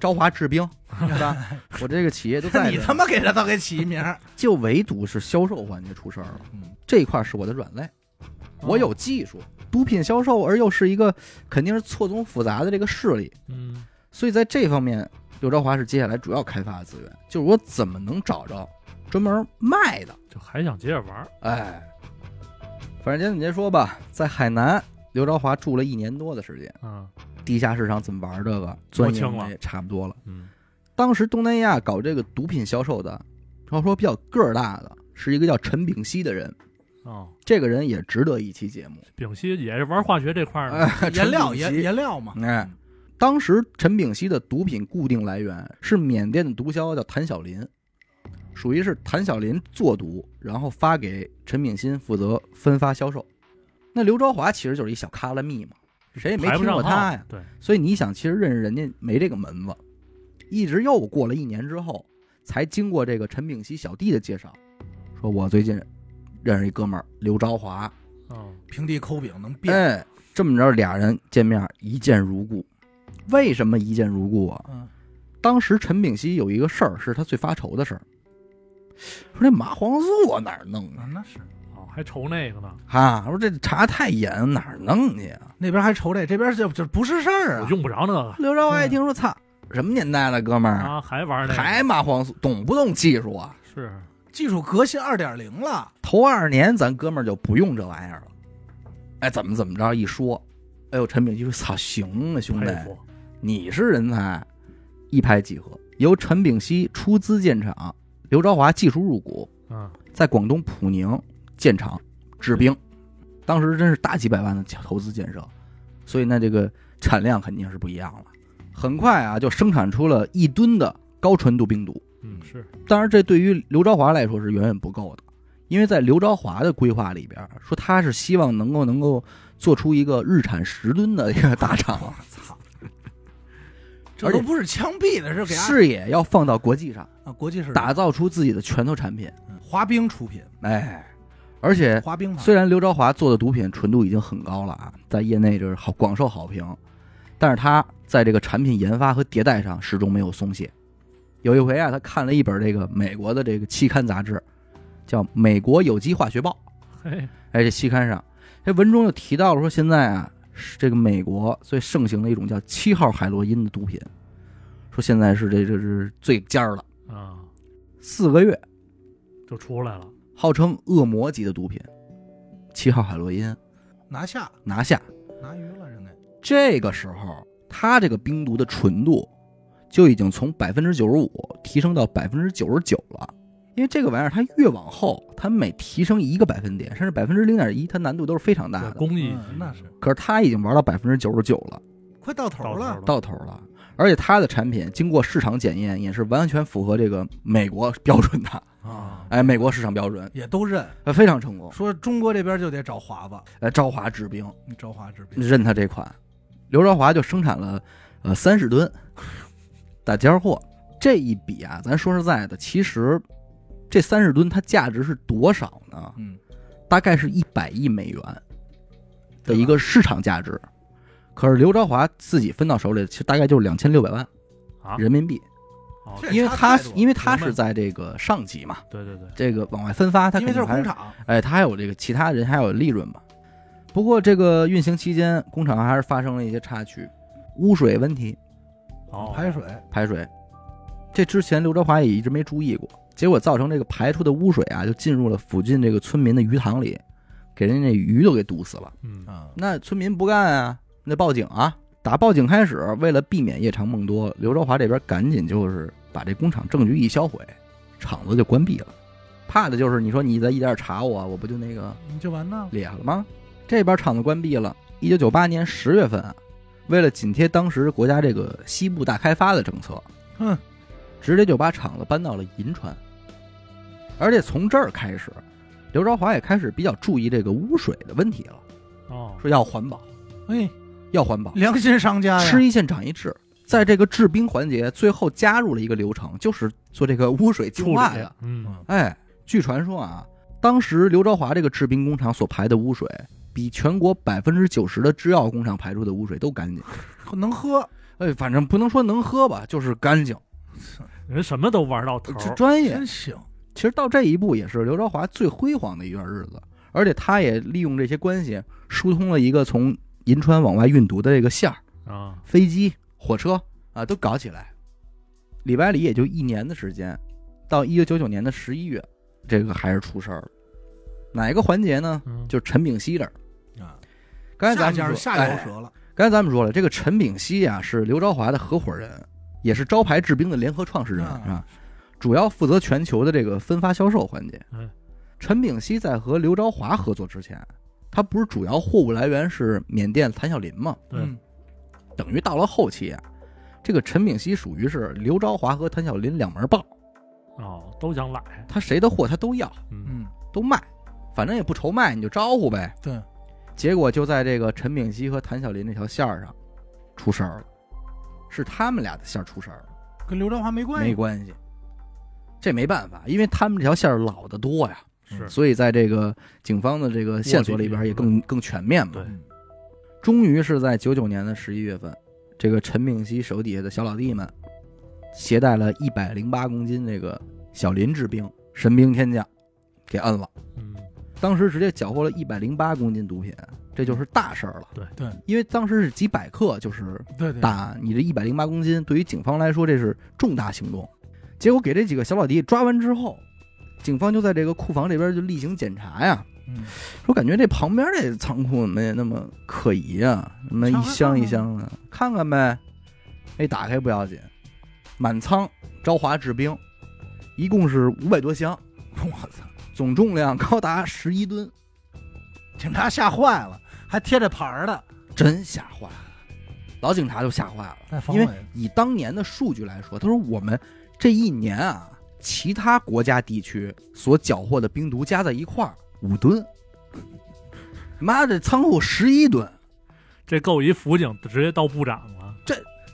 S1: 朝华制冰，是吧？我这个企 业都在
S2: 你
S1: 这儿
S2: 他妈给他倒给起一名儿。
S1: 就唯独是销售环节出事儿了，
S2: 嗯
S1: 这一块儿是我的软肋，
S3: 哦
S1: 我有技术，毒品销售，而又是一个肯定是错综复杂的这个势力，
S3: 嗯，
S1: 所以在这方面，刘朝华是接下来主要开发的资源，就是我怎么能找着专门卖的，
S3: 就还想接着玩儿。
S1: 哎，反正简短截说吧，在海南。刘朝华住了一年多的时间，
S3: 嗯
S1: 地下市场怎么玩这个钻
S3: 摸清
S1: 研
S3: 了
S1: 也差不多了。
S3: 嗯，
S1: 当时东南亚搞这个毒品销售的，然后说比较个儿大的是一个叫陈炳熙的人，
S3: 哦，
S1: 这个人也值得一期节目。
S3: 丙烯也是玩化学这块儿的。
S1: 哎，
S2: 颜料
S1: 陈炳
S2: 颜
S1: 熙
S2: 颜料嘛，嗯
S1: 哎，当时陈炳熙的毒品固定来源是缅甸的毒枭，叫谭小林，属于是谭小林做毒，然后发给陈炳新负责分发销售。那刘朝华其实就是一小卡拉蜜嘛，谁也没
S3: 排不
S1: 听
S3: 上
S1: 过他
S3: 号
S1: 呀。
S3: 对，
S1: 所以你想，其实认识人家没这个门子，一直又过了一年之后，才经过这个陈炳熙小弟的介绍，说我最近认识一哥们儿刘朝华，
S3: 嗯，
S2: 平地抠饼能变。
S1: 哎，这么着俩人见面一见如故。为什么一见如故啊？
S2: 嗯，
S1: 当时陈炳熙有一个事儿是他最发愁的事儿，说这麻黄素我哪儿弄
S2: 那
S1: 啊？
S2: 那是
S3: 哦，还愁那个呢，
S1: 啊，说这查太严，哪儿弄去啊？
S2: 那边还愁这，这边就就不是事儿
S3: 我
S2: 啊。
S3: 用不着那个
S1: 刘朝华一听说，操，什么年代了，哥们儿，
S3: 啊，还玩那个，
S1: 还麻黄素，懂不懂技术啊？
S3: 是
S2: 技术革新二点零了，
S1: 头二年咱哥们儿就不用这玩意儿了。哎，怎么怎么着一说，哎呦，陈炳熙说：“操，行啊，兄弟
S3: 佩，服。
S1: 你是人才，一拍即合。”由陈炳熙出资建厂，刘朝华技术入股，
S3: 嗯，
S1: 在广东普宁建厂
S2: 嗯
S1: 制冰，当时真是大几百万的投资建设，所以呢，这个产量肯定是不一样了。很快啊，就生产出了一吨的高纯度冰毒。
S3: 嗯，是
S1: 当然，这对于刘朝华来说是远远不够的，因为在刘朝华的规划里边，说他是希望能够能够做出一个日产十吨的一个大厂，
S2: 这都不是枪毙的， 是给俺
S1: 视野要放到国际上，
S2: 啊国际市场
S1: 打造出自己的拳头产品。
S2: 嗯滑冰出品，
S1: 哎，而且
S2: 滑冰牌
S1: 虽然刘朝华做的毒品纯度已经很高了啊，在业内就是好广受好评，但是他在这个产品研发和迭代上始终没有松懈。有一回啊，他看了一本这个美国的这个期刊杂志，叫《美国有机化学报》。
S3: 嘿，
S1: 哎，这期刊上，这文中就提到了说，现在啊，是这个美国最盛行的一种叫七号海洛因的毒品，说现在是这这是最尖儿了。
S3: 啊，
S1: 四个月，
S3: 就出来了。
S1: 号称恶魔级的毒品，七号海洛因
S2: 拿下
S1: 拿下。
S2: 拿鱼了，人家
S1: 这个时候，它这个冰毒的纯度就已经从百分之九十五提升到百分之九十九了。因为这个玩意儿，它越往后，它每提升一个百分点，甚至百分之零点一，它难度都是非常大
S3: 对，
S1: 的。
S3: 工艺、
S2: 嗯那是
S1: 可是它已经玩到百分之九十九了，
S2: 快到头
S3: 到头
S2: 了，
S3: 了，
S1: 到头了。而且它的产品经过市场检验，也是完全符合这个美国标准的，
S2: 啊，
S1: 哎，美国市场标准，
S2: 也都认
S1: 呃，非常成功。
S2: 说中国这边就得找华子，
S1: 呃，朝华制冰，
S2: 你找华治病，
S1: 认他这款。刘朝华就生产了呃三十 吨，打尖儿货。这一笔啊，咱说实在的，其实这三十吨它价值是多少呢？
S2: 嗯，
S1: 大概是一百亿美元的一个市场价值。可是刘朝华自己分到手里，其实大概就是两千六百万
S3: 啊，
S1: 人民币，
S3: 哦
S2: 这
S1: 因为
S2: 差
S1: 他
S2: 太多了
S1: 因为他
S3: 明白
S1: 是在这个上级嘛，
S3: 对对对，
S1: 这个往外分发，他
S2: 因为
S1: 肯
S2: 这是
S1: 定还
S2: 工
S1: 是
S2: 厂，
S1: 哎，他还有这个其他人还有利润嘛。不过这个运行期间，工厂还是发生了一些插曲，污水问题、
S3: 哦，
S2: 排水
S1: 排水，这之前刘德华也一直没注意过，结果造成这个排出的污水啊，就进入了附近这个村民的鱼塘里，给人家鱼都给堵死了。
S3: 嗯，
S2: 啊，
S1: 那村民不干啊，那报警啊！打报警开始，为了避免夜长梦多，刘朝华这边赶紧就是把这工厂证据一销毁，厂子就关闭了。怕的就是你说你再一点查我，我不就那个
S2: 你就完了，
S1: 裂了吗？这边厂子关闭了。一九九八年十月份啊，为了紧贴当时国家这个西部大开发的政策，
S2: 哼，
S1: 直接就把厂子搬到了银川。而且从这儿开始，刘朝华也开始比较注意这个污水的问题了，
S3: 哦，
S1: 说要环保，
S2: 哎，
S1: 要环保，
S2: 良心商家
S3: 啊
S2: 呀，
S1: 吃一堑长一智。在这个制冰环节，最后加入了一个流程，就是做这个污水
S3: 处
S1: 净
S3: 理
S1: 化呀。，
S3: 嗯，
S1: 哎，据传说啊，当时刘朝华这个制冰工厂所排的污水，比全国百分之九十的制药工厂排出的污水都干净。
S2: 能喝，
S1: 哎，反正不能说能喝吧，就是干净，
S3: 人什么都玩到头儿，
S1: 这专业
S2: 真。行，
S1: 其实到这一步也是刘朝华最辉煌的一段日子，而且他也利用这些关系，疏通了一个从银川往外运毒的这个线儿，
S3: 啊，
S1: 飞机、火车啊都搞起来。里百里也就一年的时间，到一九九九年的十一月，这个还是出事儿了。哪一个环节呢？
S3: 嗯，
S1: 就是陈炳熙这儿。
S2: 啊，
S1: 刚才咱们
S2: 下
S1: 说
S2: 家下
S1: 哎
S2: 游折了，
S1: 刚才咱们说了，这个陈炳熙啊是刘朝华的合伙人，也是招牌制冰的联合创始人
S2: 啊
S1: 啊，主要负责全球的这个分发销售环节
S3: 嗯。
S1: 陈炳熙在和刘朝华合作之前，他不是主要货物来源是缅甸谭小林吗？
S3: 对
S2: 嗯
S1: 等于到了后期啊，这个陈炳熙属于是刘朝华和谭小林两门爆，
S3: 哦，都想来，
S1: 他谁的货他都要，
S3: 嗯，
S2: 嗯，
S1: 都卖，反正也不愁卖，你就招呼呗。
S2: 对，
S1: 结果就在这个陈炳熙和谭小林这条线儿上出事儿了，是他们俩的线儿出事儿了，
S2: 跟刘德华没关
S1: 没
S2: 系，
S1: 关系。这没办法，因为他们这条线儿老得多呀，
S3: 是
S1: 所以在这个警方的这个线索里边也更更全面嘛
S3: 对。
S2: 嗯
S1: 终于是在九九年的十一月份，这个陈炳熙手底下的小老弟们携带了一百零八公斤这个小林制冰神兵天降，给摁了。
S3: 嗯，
S1: 当时直接缴获了一百零八公斤毒品，这就是大事儿了。
S3: 对
S2: 对，
S1: 因为当时是几百克，就是
S2: 对对，
S1: 大案，你这一百零八公斤对于警方来说这是重大行动。结果给这几个小老弟抓完之后，警方就在这个库房这边就例行检查呀，
S2: 嗯，
S1: 说感觉这旁边这仓库怎么也那么可疑啊，那么一箱一箱的，看看呗。哎，打开不要紧，满仓朝华制冰，一共是五百多箱，
S2: 我操，
S1: 总重量高达十一吨，
S2: 警察吓坏了，还贴着牌儿的，
S1: 真吓坏了，老警察就吓坏了。
S2: 在防
S1: 因为
S2: 伪，
S1: 以当年的数据来说，他说我们这一年啊，其他国家地区所缴获的冰毒加在一块儿五 吨，妈的仓库十一吨，
S3: 这够一辅警直接到部长了，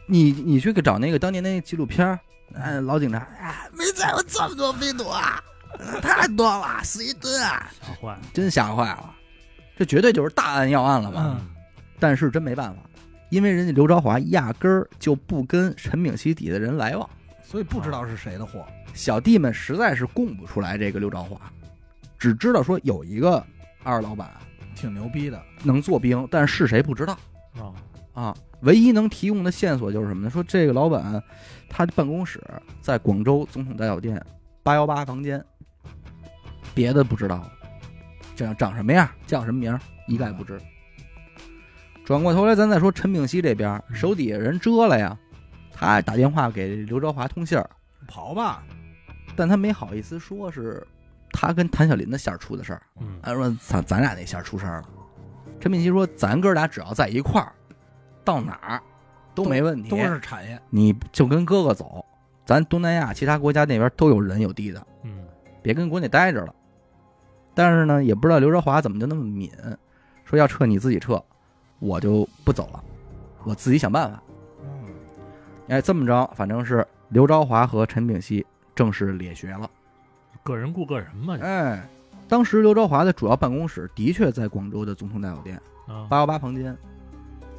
S1: 你你去找那个当年那纪录片儿，哎，老警察啊，没见过这么多冰毒啊， 太多了，十一吨啊，
S3: 吓坏了，
S1: 真吓坏了，这绝对就是大案要案了嘛。
S2: 嗯，
S1: 但是真没办法，因为人家刘朝华压根儿就不跟陈炳熙底下的人来往。
S2: 所以不知道是谁的货，
S1: 小弟们实在是供不出来这个刘朝华，只知道说有一个二老板
S2: 挺牛逼的，
S1: 能做兵，但是谁不知道
S3: 哦，
S1: 啊。唯一能提供的线索就是什么呢？说这个老板他的办公室在广州总统大酒店八幺八房间，别的不知道，长长什么样，叫什么名儿，一概不知。转过头来，咱再说陈炳熙这边，手底下人折了呀，他打电话给刘朝华通信儿，
S2: 跑吧，
S1: 但他没好意思说是他跟谭小林的线儿出的事儿，
S3: 嗯
S1: 他说咱咱俩那线儿出事儿了。陈炳熙说，咱哥俩只要在一块儿，到哪儿都没问题，
S2: 都是产业，
S1: 你就跟哥哥走，咱东南亚其他国家那边都有人有地的，
S3: 嗯
S1: 别跟国内待着了。但是呢，也不知道刘德华怎么就那么敏，说要撤你自己撤，我就不走了，我自己想办法。
S2: 嗯，
S1: 哎，这么着，反正是刘朝华和陈炳熙正式列学了。
S3: 个人顾个人嘛，
S1: 哎，当时刘朝华的主要办公室的确在广州的总统大酒店
S3: 啊，
S1: 八幺八房间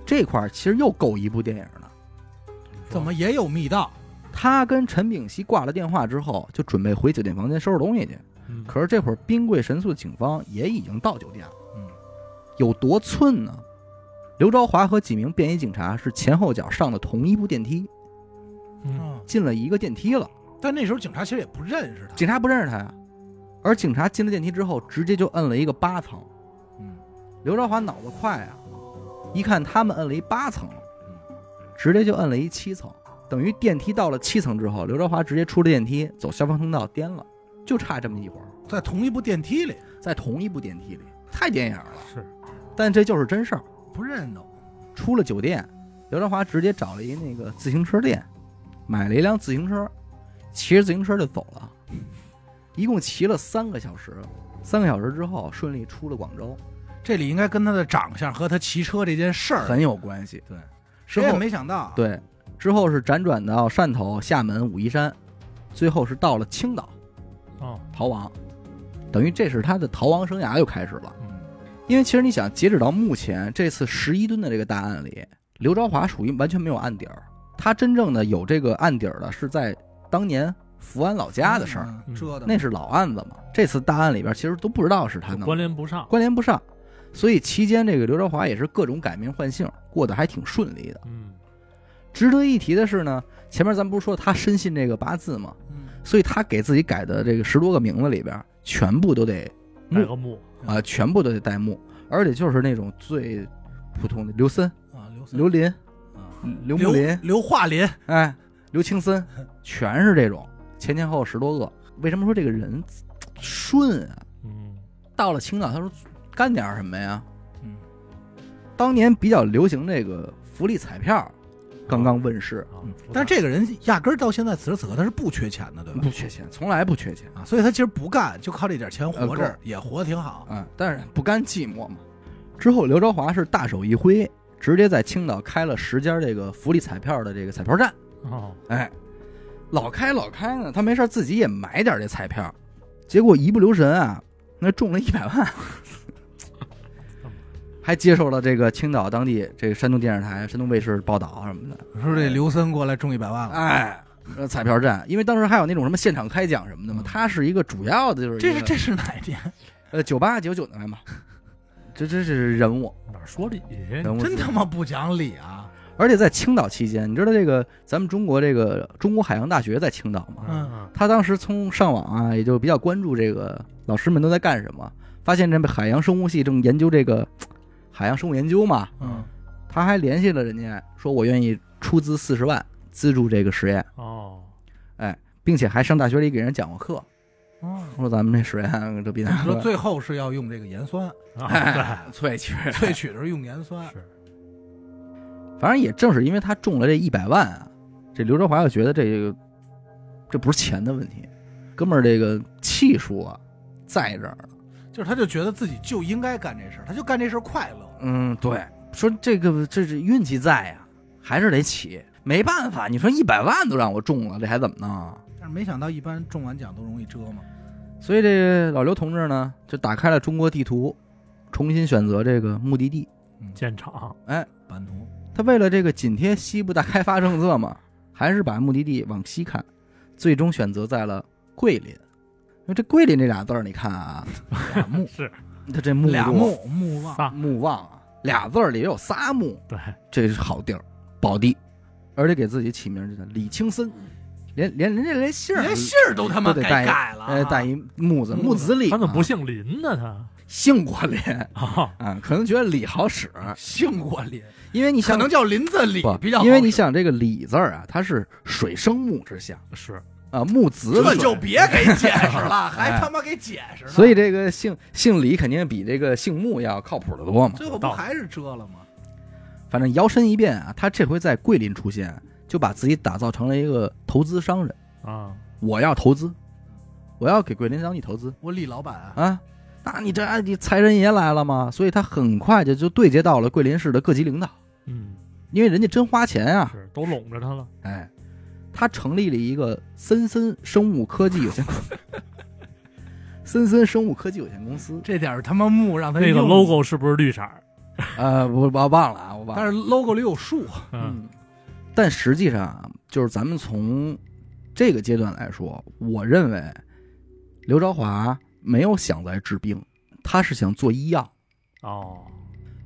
S1: 这块，儿，其实又够一部电影的。
S2: 怎么也有密道，
S1: 他跟陈炳熙挂了电话之后，就准备回酒店房间收拾东西去。
S3: 嗯
S1: 可是这会儿兵贵神速的警方也已经到酒店了，
S2: 嗯，
S1: 有多寸呢？刘朝华和几名便衣警察是前后脚上的同一部电梯，
S3: 嗯
S2: 嗯，
S1: 进了一个电梯了，
S2: 但那时候警察其实也不认识他，
S1: 警察不认识他呀。而警察进了电梯之后，直接就摁了一个八层。
S2: 嗯，
S1: 刘朝华脑子快啊，一看他们摁了一八层
S2: 嗯，
S1: 直接就摁了一七层，等于电梯到了七层之后，刘朝华直接出了电梯，走消防通道颠了，就差这么一会儿，
S2: 在同一部电梯里
S1: 在同一部电梯里，太电影了。
S3: 是
S1: 但这就是真事儿。
S2: 不认得，
S1: 出了酒店，刘德华直接找了一那个自行车店，买了一辆自行车，骑着自行车就走了，一共骑了三个小时。三个小时之后，顺利出了广州，
S2: 这里应该跟他的长相和他骑车这件事儿，
S1: 很有关系。
S2: 对，
S1: 之
S2: 谁也
S1: 后
S2: 没想
S3: 啊
S2: 到，，
S1: 对，之后是辗转到汕头、厦门、武夷山，最后是到了青岛
S3: 哦，
S1: 逃亡，等于这是他的逃亡生涯又开始了。
S2: 嗯，
S1: 因为其实你想，截止到目前这次十一吨的这个大案里，刘朝华属于完全没有案底儿。他真正的有这个案底儿的是在当年福安老家的事儿，
S2: 嗯折腾，
S1: 那是老案子嘛。这次大案里边其实都不知道是他弄的，
S3: 关联不上，
S1: 关联不上。所以期间这个刘朝华也是各种改名换姓，过得还挺顺利的。
S3: 嗯
S1: 值得一提的是呢，前面咱不是说他深信这个八字嘛，
S2: 嗯
S1: 所以他给自己改的这个十多个名字里边，全部都得木
S3: 哪个木
S1: 啊、
S2: 嗯
S1: 全部都得带木，而且就是那种最普通的刘森、
S2: 啊，刘三
S1: 刘林、
S2: 啊
S1: 刘木林、
S2: 刘化林，
S1: 哎，刘青森，全是这种，前前后后十多个。为什么说这个人顺啊？
S3: 嗯
S1: 到了青岛，他说干点什么呀？
S2: 嗯，
S1: 当年比较流行这个福利彩票，刚刚问世，
S3: 啊
S2: 嗯，
S3: 复杂
S2: 但是这个人压根儿到现在此时此刻他是不缺钱的，对吧
S1: 嗯不？缺钱，从来不缺钱。
S2: 啊，所以他其实不干，就靠这点钱
S1: 呃
S2: 活着，也活得挺好。
S1: 啊，但是不甘寂寞嘛。之后，刘朝华是大手一挥，直接在青岛开了十家这个福利彩票的这个彩票站。
S3: 哦，
S1: 哎，老开老开呢，他没事儿自己也买点儿这彩票，结果一不留神啊，那中了一百 万，还接受了这个青岛当地这个山东电视台、山东卫视报道什么的。
S2: 说这刘森过来中一百万了，
S1: 哎，呃彩票站，因为当时还有那种什么现场开奖什么的嘛，
S2: 嗯
S1: 它是一个主要的就是
S2: 这
S1: 一
S2: 是
S1: 个
S2: 这是哪 一年？
S1: 呃九八九九年嘛， 这真是人物
S3: 哪儿说理去？
S1: 人物
S2: 哎真
S1: 资
S2: 他妈不讲理啊！
S1: 而且在青岛期间，你知道这个咱们中国这个中国海洋大学在青岛吗？
S3: 嗯
S1: 他当时从上网啊，也就比较关注这个老师们都在干什么，发现这海洋生物系正研究这个海洋生物研究嘛，
S2: 嗯，
S1: 他还联系了人家，说我愿意出资四十万资助这个实验，
S3: 哦，
S1: 并且还上大学里给人讲过课，
S2: 哦
S1: 说咱们这实验这比咱
S2: 说最后是要用这个盐酸，
S3: 啊
S1: 萃取，
S2: 萃取的时候用盐
S3: 对，
S2: 酸。
S3: 是
S1: 反正也正是因为他中了这一百万啊，这刘德华就觉得这个这不是钱的问题，哥们儿这个气数啊在这儿呢。
S2: 就是他就觉得自己就应该干这事儿，他就干这事儿快乐。
S1: 嗯，对，说这个这是运气在呀、还是得起，没办法，你说一百万都让我中了，这还怎么弄啊？
S2: 但是没想到一般中完奖都容易折嘛。
S1: 所以这个老刘同志呢，就打开了中国地图，重新选择这个目的地。
S2: 嗯，
S3: 建厂，
S2: 版图
S1: 他为了这个紧贴西部大开发政策嘛， 还是把目的地往西看，最终选择在了桂林。因为这桂林这俩字儿，你看啊，
S2: 俩木
S3: 是
S1: 他这目录
S2: 俩木木望，
S3: 仨
S1: 目望啊，俩字儿里有仨目，
S3: 对，
S1: 这是好地儿，宝地，而且给自己起名就叫李青森。连连人家连姓儿
S4: 连姓儿都他妈
S1: 都得带
S4: 该
S1: 一
S4: 改了啊，
S1: 呃带一木字木子李嘛，
S3: 他怎么不姓林呢？他
S1: 姓过林
S3: 啊，
S1: 啊？可能觉得李好使，
S2: 啊
S4: 姓过林，
S1: 因为你
S4: 可
S1: 想
S4: 能叫林子李
S1: 不
S4: 比较好使，
S1: 因为你想这个李字儿啊，它是水生木之象
S3: 是
S1: 啊，木子
S4: 这
S1: 李
S4: 就别 给解释了，还他妈给解释呢，
S1: 哎所以这个姓姓李肯定比这个姓穆要靠谱得多嘛。
S4: 最后不还是遮了吗？
S1: 反正摇身一变啊，他这回在桂林出现，啊就把自己打造成了一个投资商人。
S3: 啊，
S1: 我要投资，我要给桂林当地投资
S4: 我李老板啊，
S1: 啊！那你这你财神爷来了嘛？所以他很快就就对接到了桂林市的各级领导，
S3: 嗯，
S1: 因为人家真花钱啊！
S3: 是都拢着他了，
S1: 哎，他成立了一个森森生物科技有限公司， 森森生物科技有限公司。
S2: 这点儿他妈木
S1: 哎
S2: 让他
S3: 那个
S2: 用
S3: logo 是不是绿色儿？
S1: 呃，我我忘了啊，我忘了。
S2: 但是 logo 里有树，
S3: 嗯，
S1: 嗯，但实际上啊，就是咱们从这个阶段来说，我认为刘朝华没有想来治病，他是想做医药。
S3: 哦，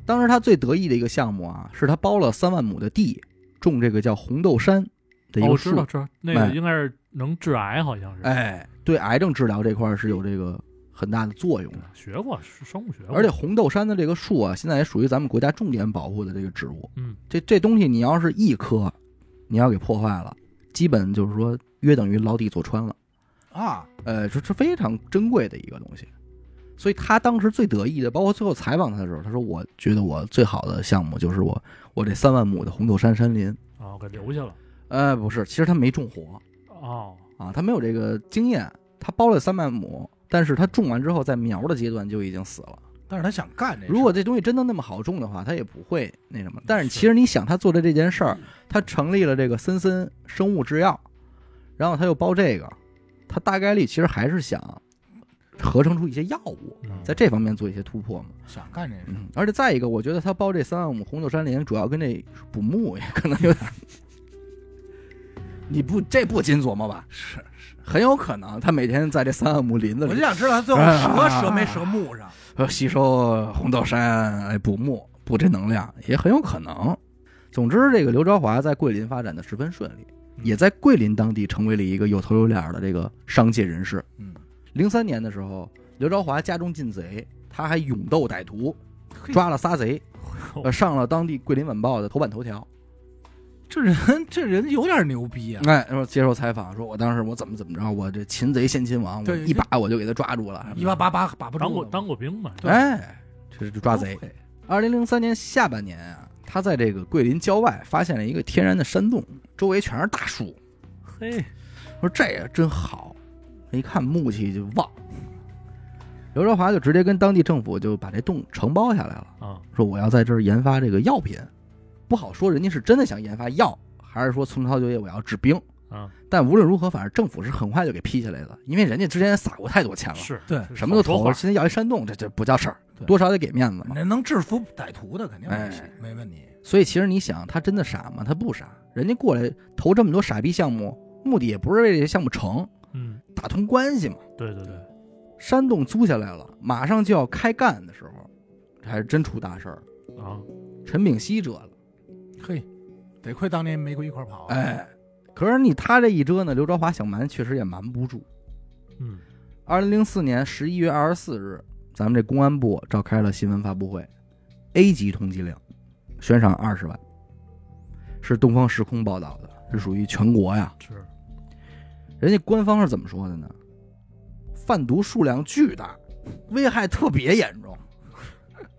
S1: 当时他最得意的一个项目啊，是他包了三万亩的地，种这个叫红豆杉的一
S3: 哦，
S1: 个
S3: 我知
S1: 树。
S3: 道，知道，那
S1: 哎
S3: 个应该是能致癌，好像是，，
S1: 哎，对癌症治疗这块儿是有这个很大的作用的。
S3: 学过生物学过，
S1: 而且红豆杉的这个树啊，现在也属于咱们国家重点保护的这个植物。
S3: 嗯，
S1: 这这东西你要是一棵，你要给破坏了，基本就是说约等于牢底坐穿了。
S2: 啊，
S1: 呃，这是非常珍贵的一个东西。所以他当时最得意的，包括最后采访他的时候，他说：“我觉得我最好的项目就是我我这三万亩的红豆杉山林。
S3: 哦，给留下了，”
S1: 呃，不是，其实他没种活
S3: 哦，
S1: 啊，他没有这个经验，他包了三万亩，但是他种完之后，在苗的阶段就已经死了。
S2: 但是他想干这事儿，
S1: 如果这东西真的那么好种的话，他也不会那什么。但是
S3: 是
S1: 其实你想，他做的这件事
S2: 嗯
S1: 儿，他成立了这个森森生物制药，然后他又包这个，他大概率其实还是想合成出一些药物，
S3: 嗯
S1: 在这方面做一些突破嘛。
S2: 想干这事儿，
S1: 嗯，而且再一个，我觉得他包这三万亩红豆杉林，主要跟这补木也可能有 点儿。你不这不禁琢磨吧？
S2: 是是，
S1: 很有可能他每天在这三万亩林子
S2: 我就
S1: 里
S2: 想知道 他最后
S1: 啊
S2: 折折没折木上，
S1: 呃，吸收红豆杉哎补木补这能量也很有可能。总之，这个刘朝华在桂林发展的十分顺利，
S3: 嗯
S1: 也在桂林当地成为了一个有头有脸儿的这个商界人士。
S2: 嗯，
S1: 零三年的时候，刘朝华家中进贼，他还勇斗歹徒，
S2: 嘿
S1: 抓了仨贼，呃，上了当地《桂林晚报》的头版头条。
S2: 这人这人有点牛逼啊，
S1: 哎，说接受采访，说我当时我怎么怎么着，我这擒贼先擒王，我
S2: 对
S1: 一把我就给他抓住了。
S2: 一八八八把不
S3: 嗯当
S2: 住
S3: 过
S2: 了
S3: 当过兵嘛，
S2: 对
S1: 哎，这就抓贼
S2: 都。会
S1: 二零零三年下半年啊，他在这个桂林郊外发现了一个天然的山洞，周围全是大树，
S3: 嘿，
S1: 说这个真好，一看木器就旺。刘朝华就直接跟当地政府就把这洞承包下来了，
S3: 啊，
S1: 说我要在这儿研发这个药品，不好说人家是真的想研发药，还是说从操就业我要治病。
S3: 啊，
S1: 但无论如何，反正政府是很快就给批下来了，因为人家之前撒过太多钱了，
S3: 是
S2: 对
S1: 什么都
S3: 少说
S1: 投，
S3: 话
S1: 现在要一山洞，这这不叫事儿，
S2: 对
S1: 多少得给面子嘛。
S2: 那能制服歹徒的肯定没戏
S1: 哎
S2: 没问题，
S1: 所以其实你想，他真的傻吗？他不傻，人家过来投这么多傻逼项目，目的也不是为这些项目成，
S3: 嗯，
S1: 打通关系嘛。
S3: 对对对，
S1: 山洞租下来了，马上就要开干的时候，这还真出大事儿了。
S3: 啊，
S1: 陈炳熙折了，
S3: 嗯
S2: 嘿，得亏当年没跟我一块儿跑，，啊
S1: 哎，可是你他这一折呢，刘朝华想瞒确实也瞒不住。
S3: 嗯，
S1: 二零零四年十一月二十四日，咱们这公安部召开了新闻发布会，A 级通缉令，悬赏二十万，是东方时空报道的，是属于全国呀。
S3: 是
S1: 人家官方是怎么说的呢？贩毒数量巨大，危害特别严重，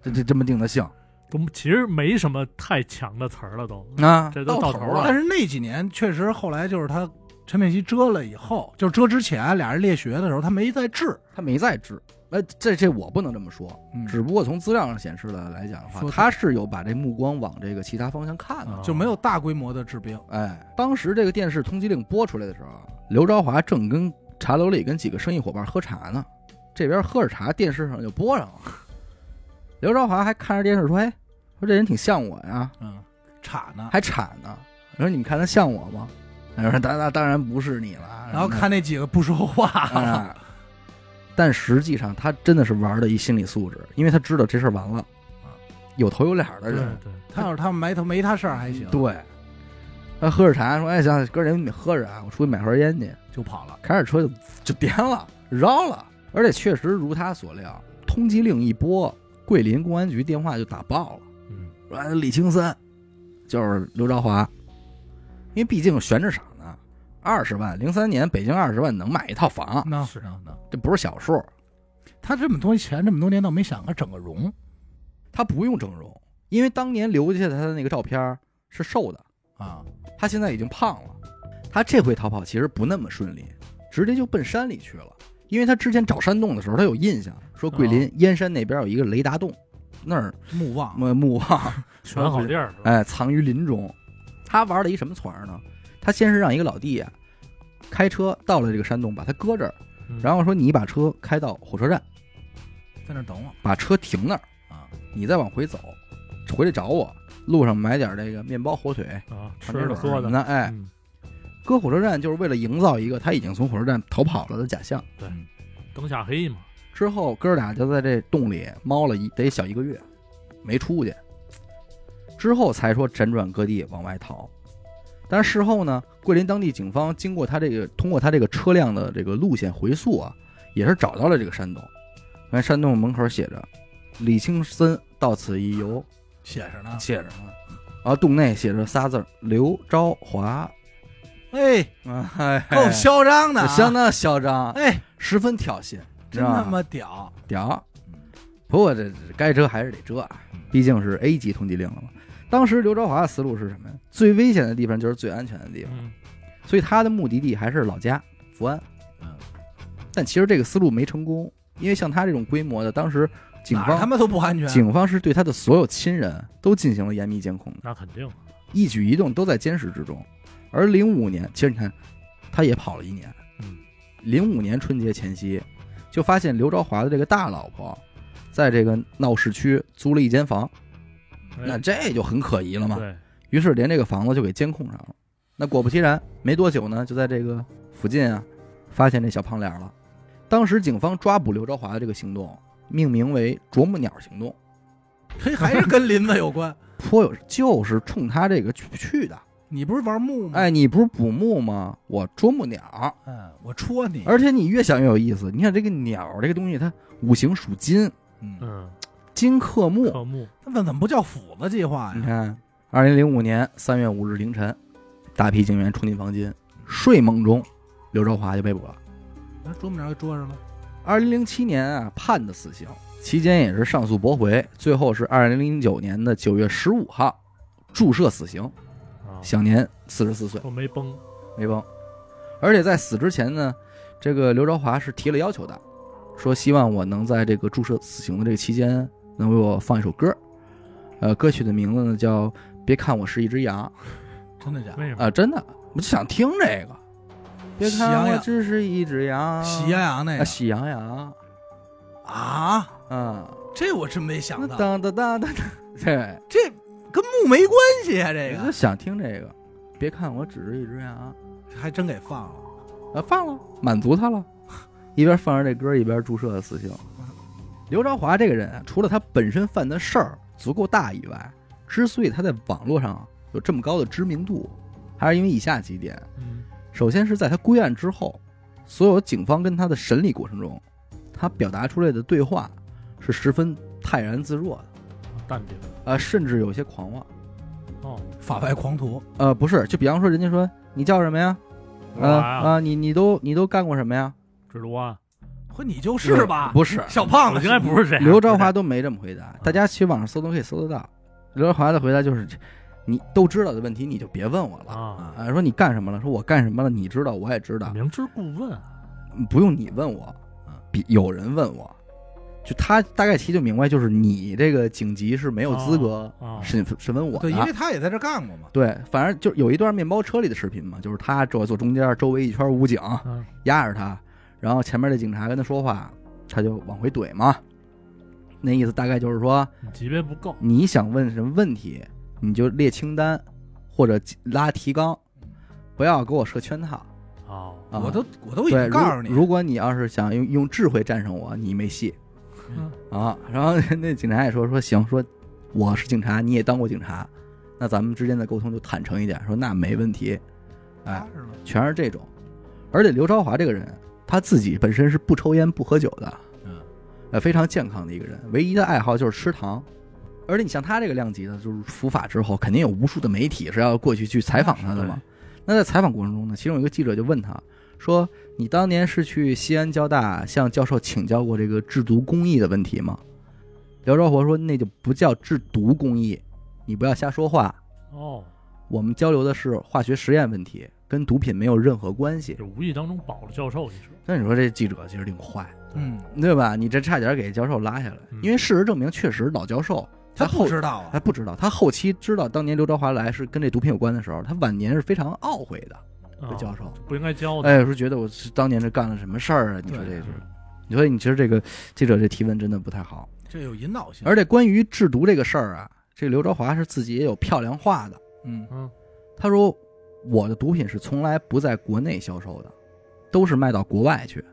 S1: 这这这么定的性
S3: 都其实没什么太强的词儿了，都嗯
S1: 啊？
S3: 这都
S1: 到
S3: 到
S1: 头
S3: 头
S1: 了
S3: 了
S2: 但是那几年确实后来就是他陈佩琪遮了以后，就是遮之前俩人列学的时候他没在治，
S1: 他没再治。呃，这这我不能这么说，
S2: 嗯
S1: 只不过从资料上显示的来讲的话，
S2: 说
S1: 他是有把这目光往这个其他方向看的。
S3: 啊
S2: 就没有大规模的治病，
S1: 哎，当时这个电视通缉令播出来的时候，刘朝华正跟茶楼里跟几个生意伙伴喝茶呢，这边喝着茶，电视上就播上了。刘朝华还看着电视说：“哎，说这人挺像我呀。”
S2: 嗯，岔呢，
S1: 还铲呢。我说你们看他像我吗？他说当当当然不是你了。
S2: 然后看那几个不说
S1: 什么的，
S2: 话，
S1: 哎但实际上他真的是玩的一心理素质，因为他知道这事儿完了
S2: 啊，
S1: 有头有脸的
S3: 对
S1: 人。
S3: 对，
S2: 他要是他埋头没他事儿还行，
S1: 对，他喝着茶说：“哎，行，哥儿，你们喝着啊，我出去买盒烟去。
S2: 就跑
S3: 啊
S2: 了”。
S1: 开着车就就颠了，绕了。而且确实如他所料，通缉令一拨，桂林公安局电话就打爆了，
S3: 嗯，
S1: 说哎李青三就是刘朝华，因为毕竟悬着赏呢，二十万，零三年北京二十万能买一套房，
S2: 那
S3: 是啊
S2: 那那，
S1: 这不是小数。
S2: 他这么多钱，这么多年倒没想过整个容，
S1: 他不用整容，因为当年留下他的那个照片儿是瘦的，
S2: 啊，
S1: 他现在已经胖了。他这回逃跑其实不那么顺利，直接就奔山里去了。因为他之前找山洞的时候，他有印象，说桂林燕山那边有一个雷达洞，那儿
S2: 木望
S1: 墓墓望，
S3: 选好地儿，
S1: 哎，藏于林中。他玩了一什么团儿呢？他先是让一个老弟啊，开车到了这个山洞，把他搁这儿，
S3: 嗯
S1: 然后说你把车开到火车站，
S2: 在那儿等我
S1: 把车停那儿，
S2: 啊，
S1: 你再往回走，回来找我。路上买点这个面包、火腿，
S3: 啊，吃
S1: 长腿
S3: 的
S1: 儿
S3: 喝
S1: 什么
S3: 的，
S1: 的，哎，
S3: 嗯
S1: 搁火车站就是为了营造一个他已经从火车站逃跑了的假象。
S3: 灯下黑嘛，
S1: 之后哥俩就在这洞里猫了一得小一个月，没出去。之后才说辗转各地往外逃，但是事后呢，桂林当地警方经过他这个通过他这个车辆的这个路线回溯啊，也是找到了这个山洞。看山洞门口写着“李青森到此一游
S2: 啊写着呢”，。
S1: 写着呢。然后洞内写着仨字儿刘昭华，
S2: 哎，
S1: 哎，
S2: 够嚣张的、
S1: 就
S2: 啊，
S1: 相当嚣张，
S2: 哎，
S1: 十分挑衅，知
S2: 真
S1: 道
S2: 他
S1: 吗？
S2: 妈屌！
S1: 屌
S2: 嗯。
S1: 不过这该遮还是得遮啊，毕竟是 A 级通缉令了嘛。当时刘朝华的思路是什么呀？最危险的地方就是最安全的地方，
S3: 嗯，
S1: 所以他的目的地还是老家福安。
S2: 嗯，
S1: 但其实这个思路没成功，因为像他这种规模的，当时警
S2: 哪儿他
S1: 方
S2: 妈都不安全。啊
S1: 警方是对他的所有亲人都进行了严密监控的，
S3: 那肯定，
S1: 一举一动都在监视之中。而零五年，其实你看，他也跑了一年。
S3: 嗯，
S1: 零五年春节前夕，就发现刘朝华的这个大老婆，在这个闹市区租了一间房，那
S3: 哎
S1: 这就很可疑了嘛。
S3: 对，
S1: 于是连这个房子就给监控上了。那果不其然，没多久呢，就在这个附近啊，发现这小胖脸了。当时警方抓捕刘朝华的这个行动，命名为“啄木鸟行动
S2: 嘿，还是跟林子有关。”，
S1: 颇有就是冲他这个去去的。
S2: 你不是玩木吗？
S1: 哎，你不是捕木吗？我啄木鸟，
S2: 嗯，我戳你。
S1: 而且你越想越有意思。你看这个鸟这个东西，它五行属金，
S2: 嗯，
S3: 嗯，
S1: 金克木。
S3: 科目
S2: 那怎么不叫斧子计划
S1: 你
S2: 呀？
S1: 看，二零零五年三月五日凌晨，大批警员冲进房间，睡梦中，刘朝华就被捕了。
S2: 那啄木鸟给捉着了。
S1: 二零零七年啊，判的死刑，期间也是上诉驳回，最后是二零零九年的九月十五号，注射死刑，
S3: 啊，
S1: 享年四十四岁，
S3: 都没崩，
S1: 没崩。而且在死之前呢，这个刘朝华是提了要求的，说希望我能在这个注射死刑的这个期间，能为我放一首歌，呃，歌曲的名字呢叫《别看我是一只羊》啊、
S2: 真的假的？
S3: 为什么？
S1: 真的，我就想听这个。别
S2: 喜
S1: 看
S2: 羊
S1: 我
S2: 羊
S1: 只是一只羊，
S2: 喜羊羊那
S1: 啊，
S2: 个
S1: 喜羊羊，
S2: 啊，
S1: 嗯。
S2: 这我真没想到，
S1: 当当当当，对，
S2: 这跟木没关系啊，这
S1: 我就
S2: 个
S1: 想听这个。别看我只是一只羊，
S2: 还真给放了。
S1: 啊，放了，满足他了。 一边放着这歌，一边注射死刑。刘朝华这个人啊，除了他本身犯的事儿足够大以外，之所以他在网络上有这么高的知名度，还是因为以下几点：
S3: 嗯，
S1: 首先是在他归案之后，所有警方跟他的审理过程中，他表达出来的对话是十分泰然自若的，
S3: 淡定，
S1: 啊，甚至有些狂妄。
S3: 哦，
S2: 法外狂徒，
S1: 呃，不是，就比方说，人家说你叫什么呀？
S3: 干
S1: 呃
S3: 嘛呀？
S1: 啊，你你都你都干过什么呀？
S3: 这罗安，
S2: 呵，你就是吧？
S1: 不是，
S2: 小胖
S3: 啊我
S2: 子
S3: 应该不是这样，
S1: 刘
S2: 啊
S1: 朝华都没这么回答。大家去网上搜都可以搜得到。刘朝华的回答就是：你都知道的问题，你就别问我了。
S3: 啊，
S1: 啊，说你干什么了？说我干什么了？你知道，我也知道，
S3: 明知故问，
S1: 不用你问我啊
S2: 嗯，
S1: 比有人问我，就他大概其就明白，就是你这个警级是没有资格
S3: 啊，
S1: 审审问我
S2: 哦对，因
S1: 的
S2: 为。他也在这干过嘛。
S1: 对，反正就有一段面包车里的视频嘛，就是他坐坐中间，周围一圈武警，
S3: 嗯，
S1: 压着他，然后前面的警察跟他说话，他就往回怼嘛。那意思大概就是说，
S3: 你级别不够，
S1: 你想问什么问题，你就列清单或者拉提纲，不要给我设圈套。
S3: 哦，
S1: 啊、
S2: 我都我都已
S1: 对，
S2: 经
S1: 如
S2: 告诉你，
S1: 如果你要是想用用智慧战胜我，你没戏
S3: 嗯
S1: 啊。然后那警察也说说行，说我是警察，你也当过警察，那咱们之间的沟通就坦诚一点，说那没问题，哎
S4: 踏，实了，
S1: 全是这种。而且刘朝华这个人，他自己本身是不抽烟不喝酒的，
S4: 嗯，
S1: 呃，非常健康的一个人，唯一的爱好就是吃糖。而且你像他这个量级呢，就是伏法之后，肯定有无数的媒体是要过去去采访他的嘛。那在采访过程中呢，其中有一个记者就问他说：“你当年是去西安交大向教授请教过这个制毒工艺的问题吗？”刘朝华说：“那就不叫制毒工艺，你不要瞎说话。
S3: 哦，
S1: 我们交流的是化学实验问题，跟毒品没有任何关系。
S3: 就”无意当中保了教授一手。
S1: 那你说这记者其实挺坏，
S4: 嗯，
S1: 对吧？你这差点给教授拉下来，
S3: 嗯
S1: 因为事实证明，确实老教授
S4: 他
S1: 后
S4: 不知道啊，
S1: 他不知道，他后期知道当年刘朝华来是跟这毒品有关的时候，他晚年是非常懊悔的。
S3: 啊
S1: 这教授
S3: 不应该教的。
S1: 哎，说觉得我是当年这干了什么事儿啊？你说这
S4: 对
S1: 是，你说你其实这个记者这提问真的不太好。
S4: 这有引导性，
S1: 而且关于制毒这个事儿啊，这刘朝华是自己也有漂亮话的。
S4: 嗯
S3: 嗯，
S1: 他说：“我的毒品是从来不在国内销售的，都是卖到国外去，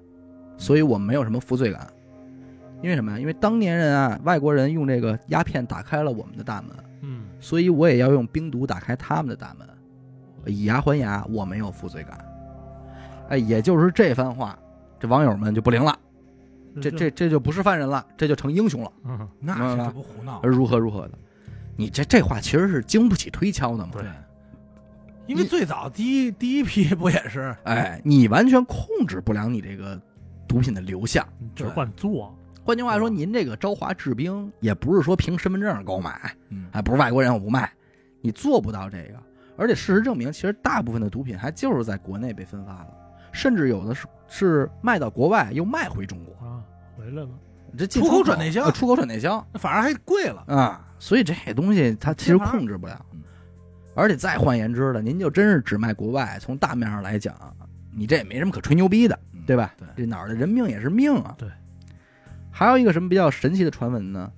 S1: 所以我没有什么负罪感。因为什么呀？因为当年人啊，外国人用这个鸦片打开了我们的大门，
S3: 嗯，
S1: 所以我也要用冰毒打开他们的大门，以牙还牙，我没有负罪感。哎，也就是这番话，这网友们就不灵了，这这这就不是犯人了，这就成英雄了，
S3: 嗯
S4: 那
S1: 明白吧
S4: 这不胡闹
S1: 而，如何如何的。你这这话其实是经不起推敲的嘛？
S3: 对，
S4: 因为
S1: 你
S4: 最早第一第一批不也是
S1: 哎，你完全控制不了你这个毒品的流向。
S3: 你只管做，
S1: 换句话说，您这个招华治兵也不是说凭身份证购买，
S4: 嗯
S1: 哎，不是外国人我不卖，你做不到这个。而且事实证明，其实大部分的毒品还就是在国内被分发了，甚至有的是是卖到国外又卖回中国，
S3: 啊，回来了，
S1: 这进
S4: 出口
S1: 口
S4: 转内销
S1: 呃出口转内销
S4: 那反而还贵了，
S1: 啊、所以这东西它其实
S4: 这玩意儿
S1: 控制不了
S4: 嗯。
S1: 而且再换言之了，您就真是只卖国外，从大面上来讲，你这也没什么可吹牛逼的，
S4: 嗯
S1: 对吧？
S4: 对
S1: 这哪儿的人命也是命啊。
S3: 对。
S1: 还有一个什么比较神奇的传闻呢？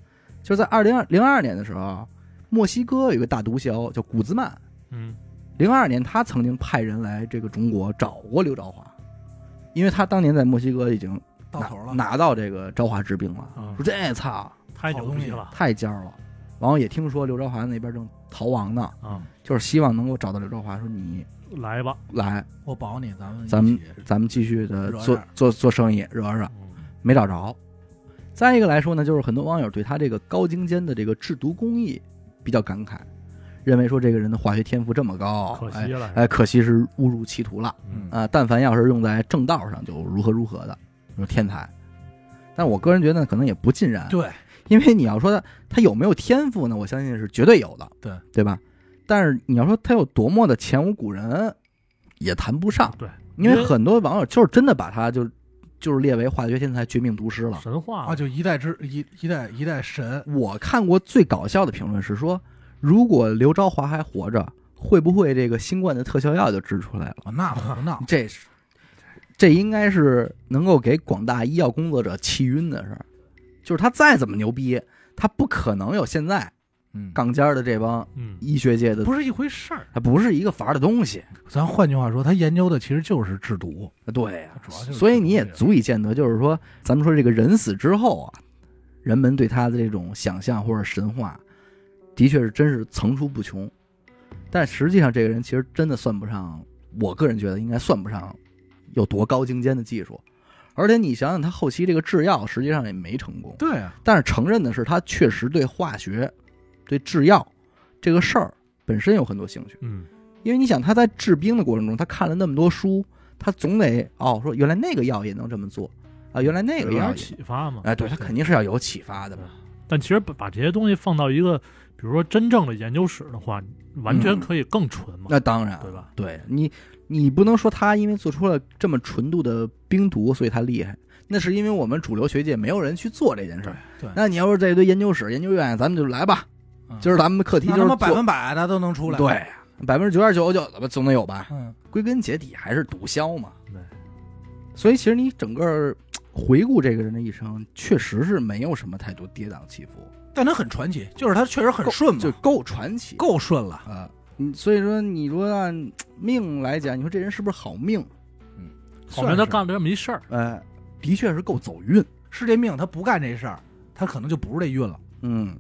S1: 就是在二零零二年的时候，墨西哥有一个大毒枭叫古兹曼。
S3: 嗯，
S1: 零二年，他曾经派人来这个中国找过刘朝华，因为他当年在墨西哥已经
S4: 到头了，
S1: 拿拿到这个朝华治病
S4: 嗯
S1: 了。
S3: 啊
S1: 说这操
S3: 太牛逼了
S1: 太尖儿了。然后也听说刘朝华那边正逃亡呢，
S3: 啊！
S1: 就是希望能够找到刘朝华，说你
S3: 来吧，
S1: 来，
S4: 我保你，咱们
S1: 咱们
S4: 一起
S1: 咱们继续的
S4: 惹
S1: 做
S4: 点儿
S1: 做做生意，惹惹。
S3: 嗯
S1: 没找着。再一个来说呢，就是很多网友对他这个高精尖的这个制毒工艺比较感慨，认为说这个人的化学天赋这么高，
S3: 可惜
S1: 哎，
S3: 了，
S1: 哎，可惜是误入歧途了
S3: 嗯
S1: 啊、但凡要是用在正道上，就如何如何的，说天才。但我个人觉得可能也不尽然，
S4: 对
S1: 因为你要说他他有没有天赋呢？我相信是绝对有的，
S4: 对
S1: 对吧？但是你要说他有多么的前无古人，也谈不上，
S3: 对，
S1: 因
S3: 因
S1: 为
S3: 为
S1: 很多网友就是真的把他就就是列为化学天才、绝命毒师了。
S3: 神话
S2: 啊，就一代之一一代一代神，
S1: 我看过最搞笑的评论是说，如果刘朝华还活着，会不会这个新冠的特效药就制出来了？，
S4: 啊那胡闹
S1: 这是，这应该是能够给广大医药工作者气晕的事儿。就是他再怎么牛逼，他不可能有现在
S4: 嗯，
S1: 杠尖儿的这帮
S3: 嗯，
S1: 医学界的，
S2: 不是一回事儿。
S1: 它不是一个法儿的东西。
S2: 咱换句话说，他研究的其实就是制毒，
S1: 对呀、
S4: 主要就是
S1: 所以你也
S4: 这个
S1: 足以见得，就是说，咱们说这个人死之后啊，人们对他的这种想象或者神话，的确是真是层出不穷。但实际上，这个人其实真的算不上，我个人觉得应该算不上有多高精尖的技术。而且你想想，他后期这个制药实际上也没成功，
S2: 对啊，
S1: 但是承认的是，他确实对化学、对制药这个事儿本身有很多兴趣。
S3: 嗯，
S1: 因为你想他在治病的过程中，他看了那么多书，他总得哦说原来那个药也能这么做啊，原来那
S3: 有
S1: 个药
S3: 点
S1: 也，
S3: 启发嘛。
S1: 哎，对他肯定是要有启
S4: 嗯
S1: 发的嘛。
S3: 但其实把把这些东西放到一个，比如说真正的研究室的话，完全可以更纯嘛，
S1: 嗯那当然，
S3: 对吧？
S1: 对你，你不能说他因为做出了这么纯度的冰毒，所以他厉害。那是因为我们主流学界没有人去做这件事儿。
S4: 对对
S1: 那你要是这堆研究室、研究院，咱们就来吧。
S4: 嗯
S1: 今儿咱们的课题
S4: 那
S1: 就是
S4: 他妈百
S1: 做
S4: 分百的都能出来，
S1: 对，呀，百分之九点九九的吧，总得有吧。
S4: 嗯，
S1: 归根结底还是毒枭嘛。
S3: 对，
S1: 所以其实你整个儿回顾这个人的一生，确实是没有什么太多跌宕起伏，
S4: 但他很传奇，就是他确实很
S1: 够
S4: 顺嘛
S1: 就，够传奇，
S4: 够顺了，
S1: 啊。嗯，所以说你说按命来讲，你说这人是不是好命？
S2: 嗯
S3: 好
S4: 算
S3: 像他
S4: 是
S3: 干了这么一事儿，
S1: 呃，的确是够走运。
S4: 是这命，他不干这事儿，他可能就不是这运了。
S1: 嗯，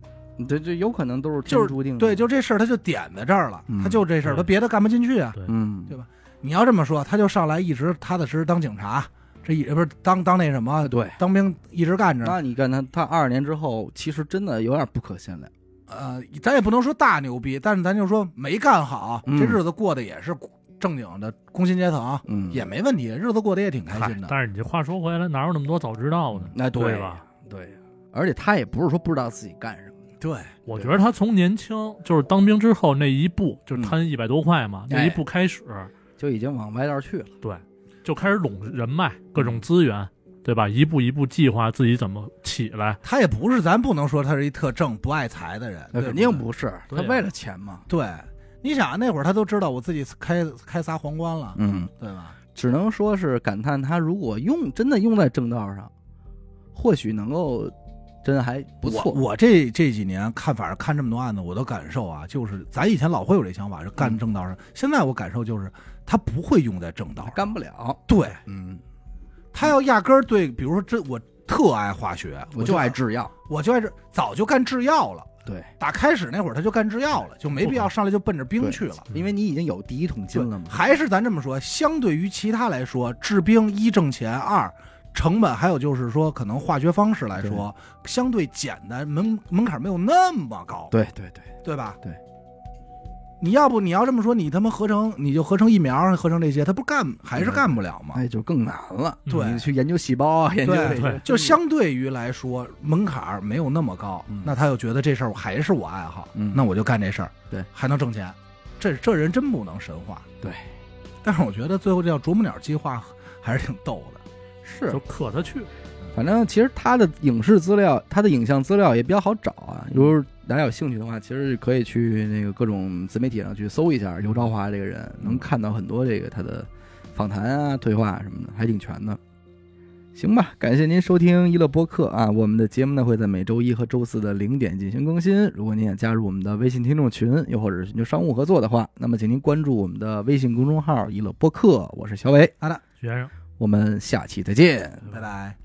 S1: 这这有可能都是
S2: 就
S1: 天
S2: 是
S1: 注定的。
S2: 对，就这事儿他就点在这儿了，
S1: 嗯
S2: 他就这事儿，
S3: 对
S2: 他别的干不进去啊。
S1: 嗯，
S2: 对你要这么说，他就上来一直踏踏实实当警察，这一不是当当那什么
S1: 对。
S2: 当兵一直干着。
S1: 那你看他，他二十年之后，其实真的有点不可信了。
S2: 呃，咱也不能说大牛逼，但是咱就说没干好，
S1: 嗯
S2: 这日子过得也是正经的工薪阶层，
S1: 嗯，
S2: 也没问题，日子过得也挺开心
S3: 嗨
S2: 的。
S3: 但是你这话说回来，哪有那么多早知道呢？
S1: 那嗯
S3: 对
S1: 对？
S3: 吧？
S1: 对，而且他也不是说不知道自己干什么。
S2: 对，
S3: 我觉得他从年轻就是当兵之后那一步，就
S1: 嗯
S3: 是贪一百多块嘛，
S2: 哎
S3: 那一步开始
S1: 就已经往歪道去了。
S3: 就开始拢人脉、各
S2: 嗯
S3: 种资源，对吧？一步一步计划自己怎么起来。
S2: 他也不是，咱不能说他是一特正不爱财的人，
S1: 那
S2: 对
S1: 肯
S2: 不
S1: 定
S2: 对
S1: 不是，
S3: 对
S1: 他
S3: 啊
S1: 为了钱嘛。
S2: 对。你想啊那会儿他都知道我自己开开仨皇冠了，
S1: 嗯，
S2: 对吧？
S1: 只能说是感叹他如果用真的用在正道上，或许能够真还不错。
S2: 我我这这几年看，反正看这么多案子，我的感受啊，就是咱以前老会有这想法，是
S1: 嗯
S2: 干正道上。现在我感受就是，他不会用在正道上。
S1: 干不了。
S2: 对
S1: 嗯，
S2: 他要压根儿对，比如说这我特爱化学，
S1: 我
S2: 就
S1: 就爱，制药。
S2: 我就爱这，早就干制药了。
S1: 对，
S2: 打开始那会儿他就干制药了，就没必要上来就奔着兵
S1: 对
S2: 去了。嗯
S1: 因为你已经有第一桶金了嘛。
S2: 还是咱这么说，相对于其他来说，制冰一挣钱，二成本，还有就是说可能化学方式来说，相对简单，门门槛没有那么高，
S1: 对对对，
S2: 对吧？
S1: 对。
S2: 你要不你要这么说，你他妈合成你就合成疫苗，合成这些，他不干还是干不了吗？
S1: 那就更难了。
S3: 嗯
S2: 对
S1: 你去研究细胞啊，研究
S2: 对
S1: 这些
S2: 就相对于来说，门槛儿没有那么高，
S1: 嗯
S2: 那他又觉得这事儿我还是我爱好，
S1: 嗯
S2: 那我就干这事儿，
S1: 对，
S2: 还能挣钱，这这人真不能神话。
S1: 对，
S2: 但是我觉得最后这叫啄木鸟计划还是挺逗的，
S1: 是
S3: 就可他去，
S1: 反正其实他的影视资料，他的影像资料也比较好找啊。如果大家有兴趣的话，其实可以去那个各种自媒体上去搜一下刘朝华这个人，能看到很多这个他的访谈啊、对话什么的，还挺全的。行吧，感谢您收听娱乐播客啊！我们的节目呢会在每周一和周四的零点进行更新。如果您想加入我们的微信听众群，又或者是寻求商务合作的话，那么请您关注我们的微信公众号“娱乐播客”，我是小伟，
S2: 好的，
S3: 学生。
S1: 我们下期再见。
S2: 拜拜。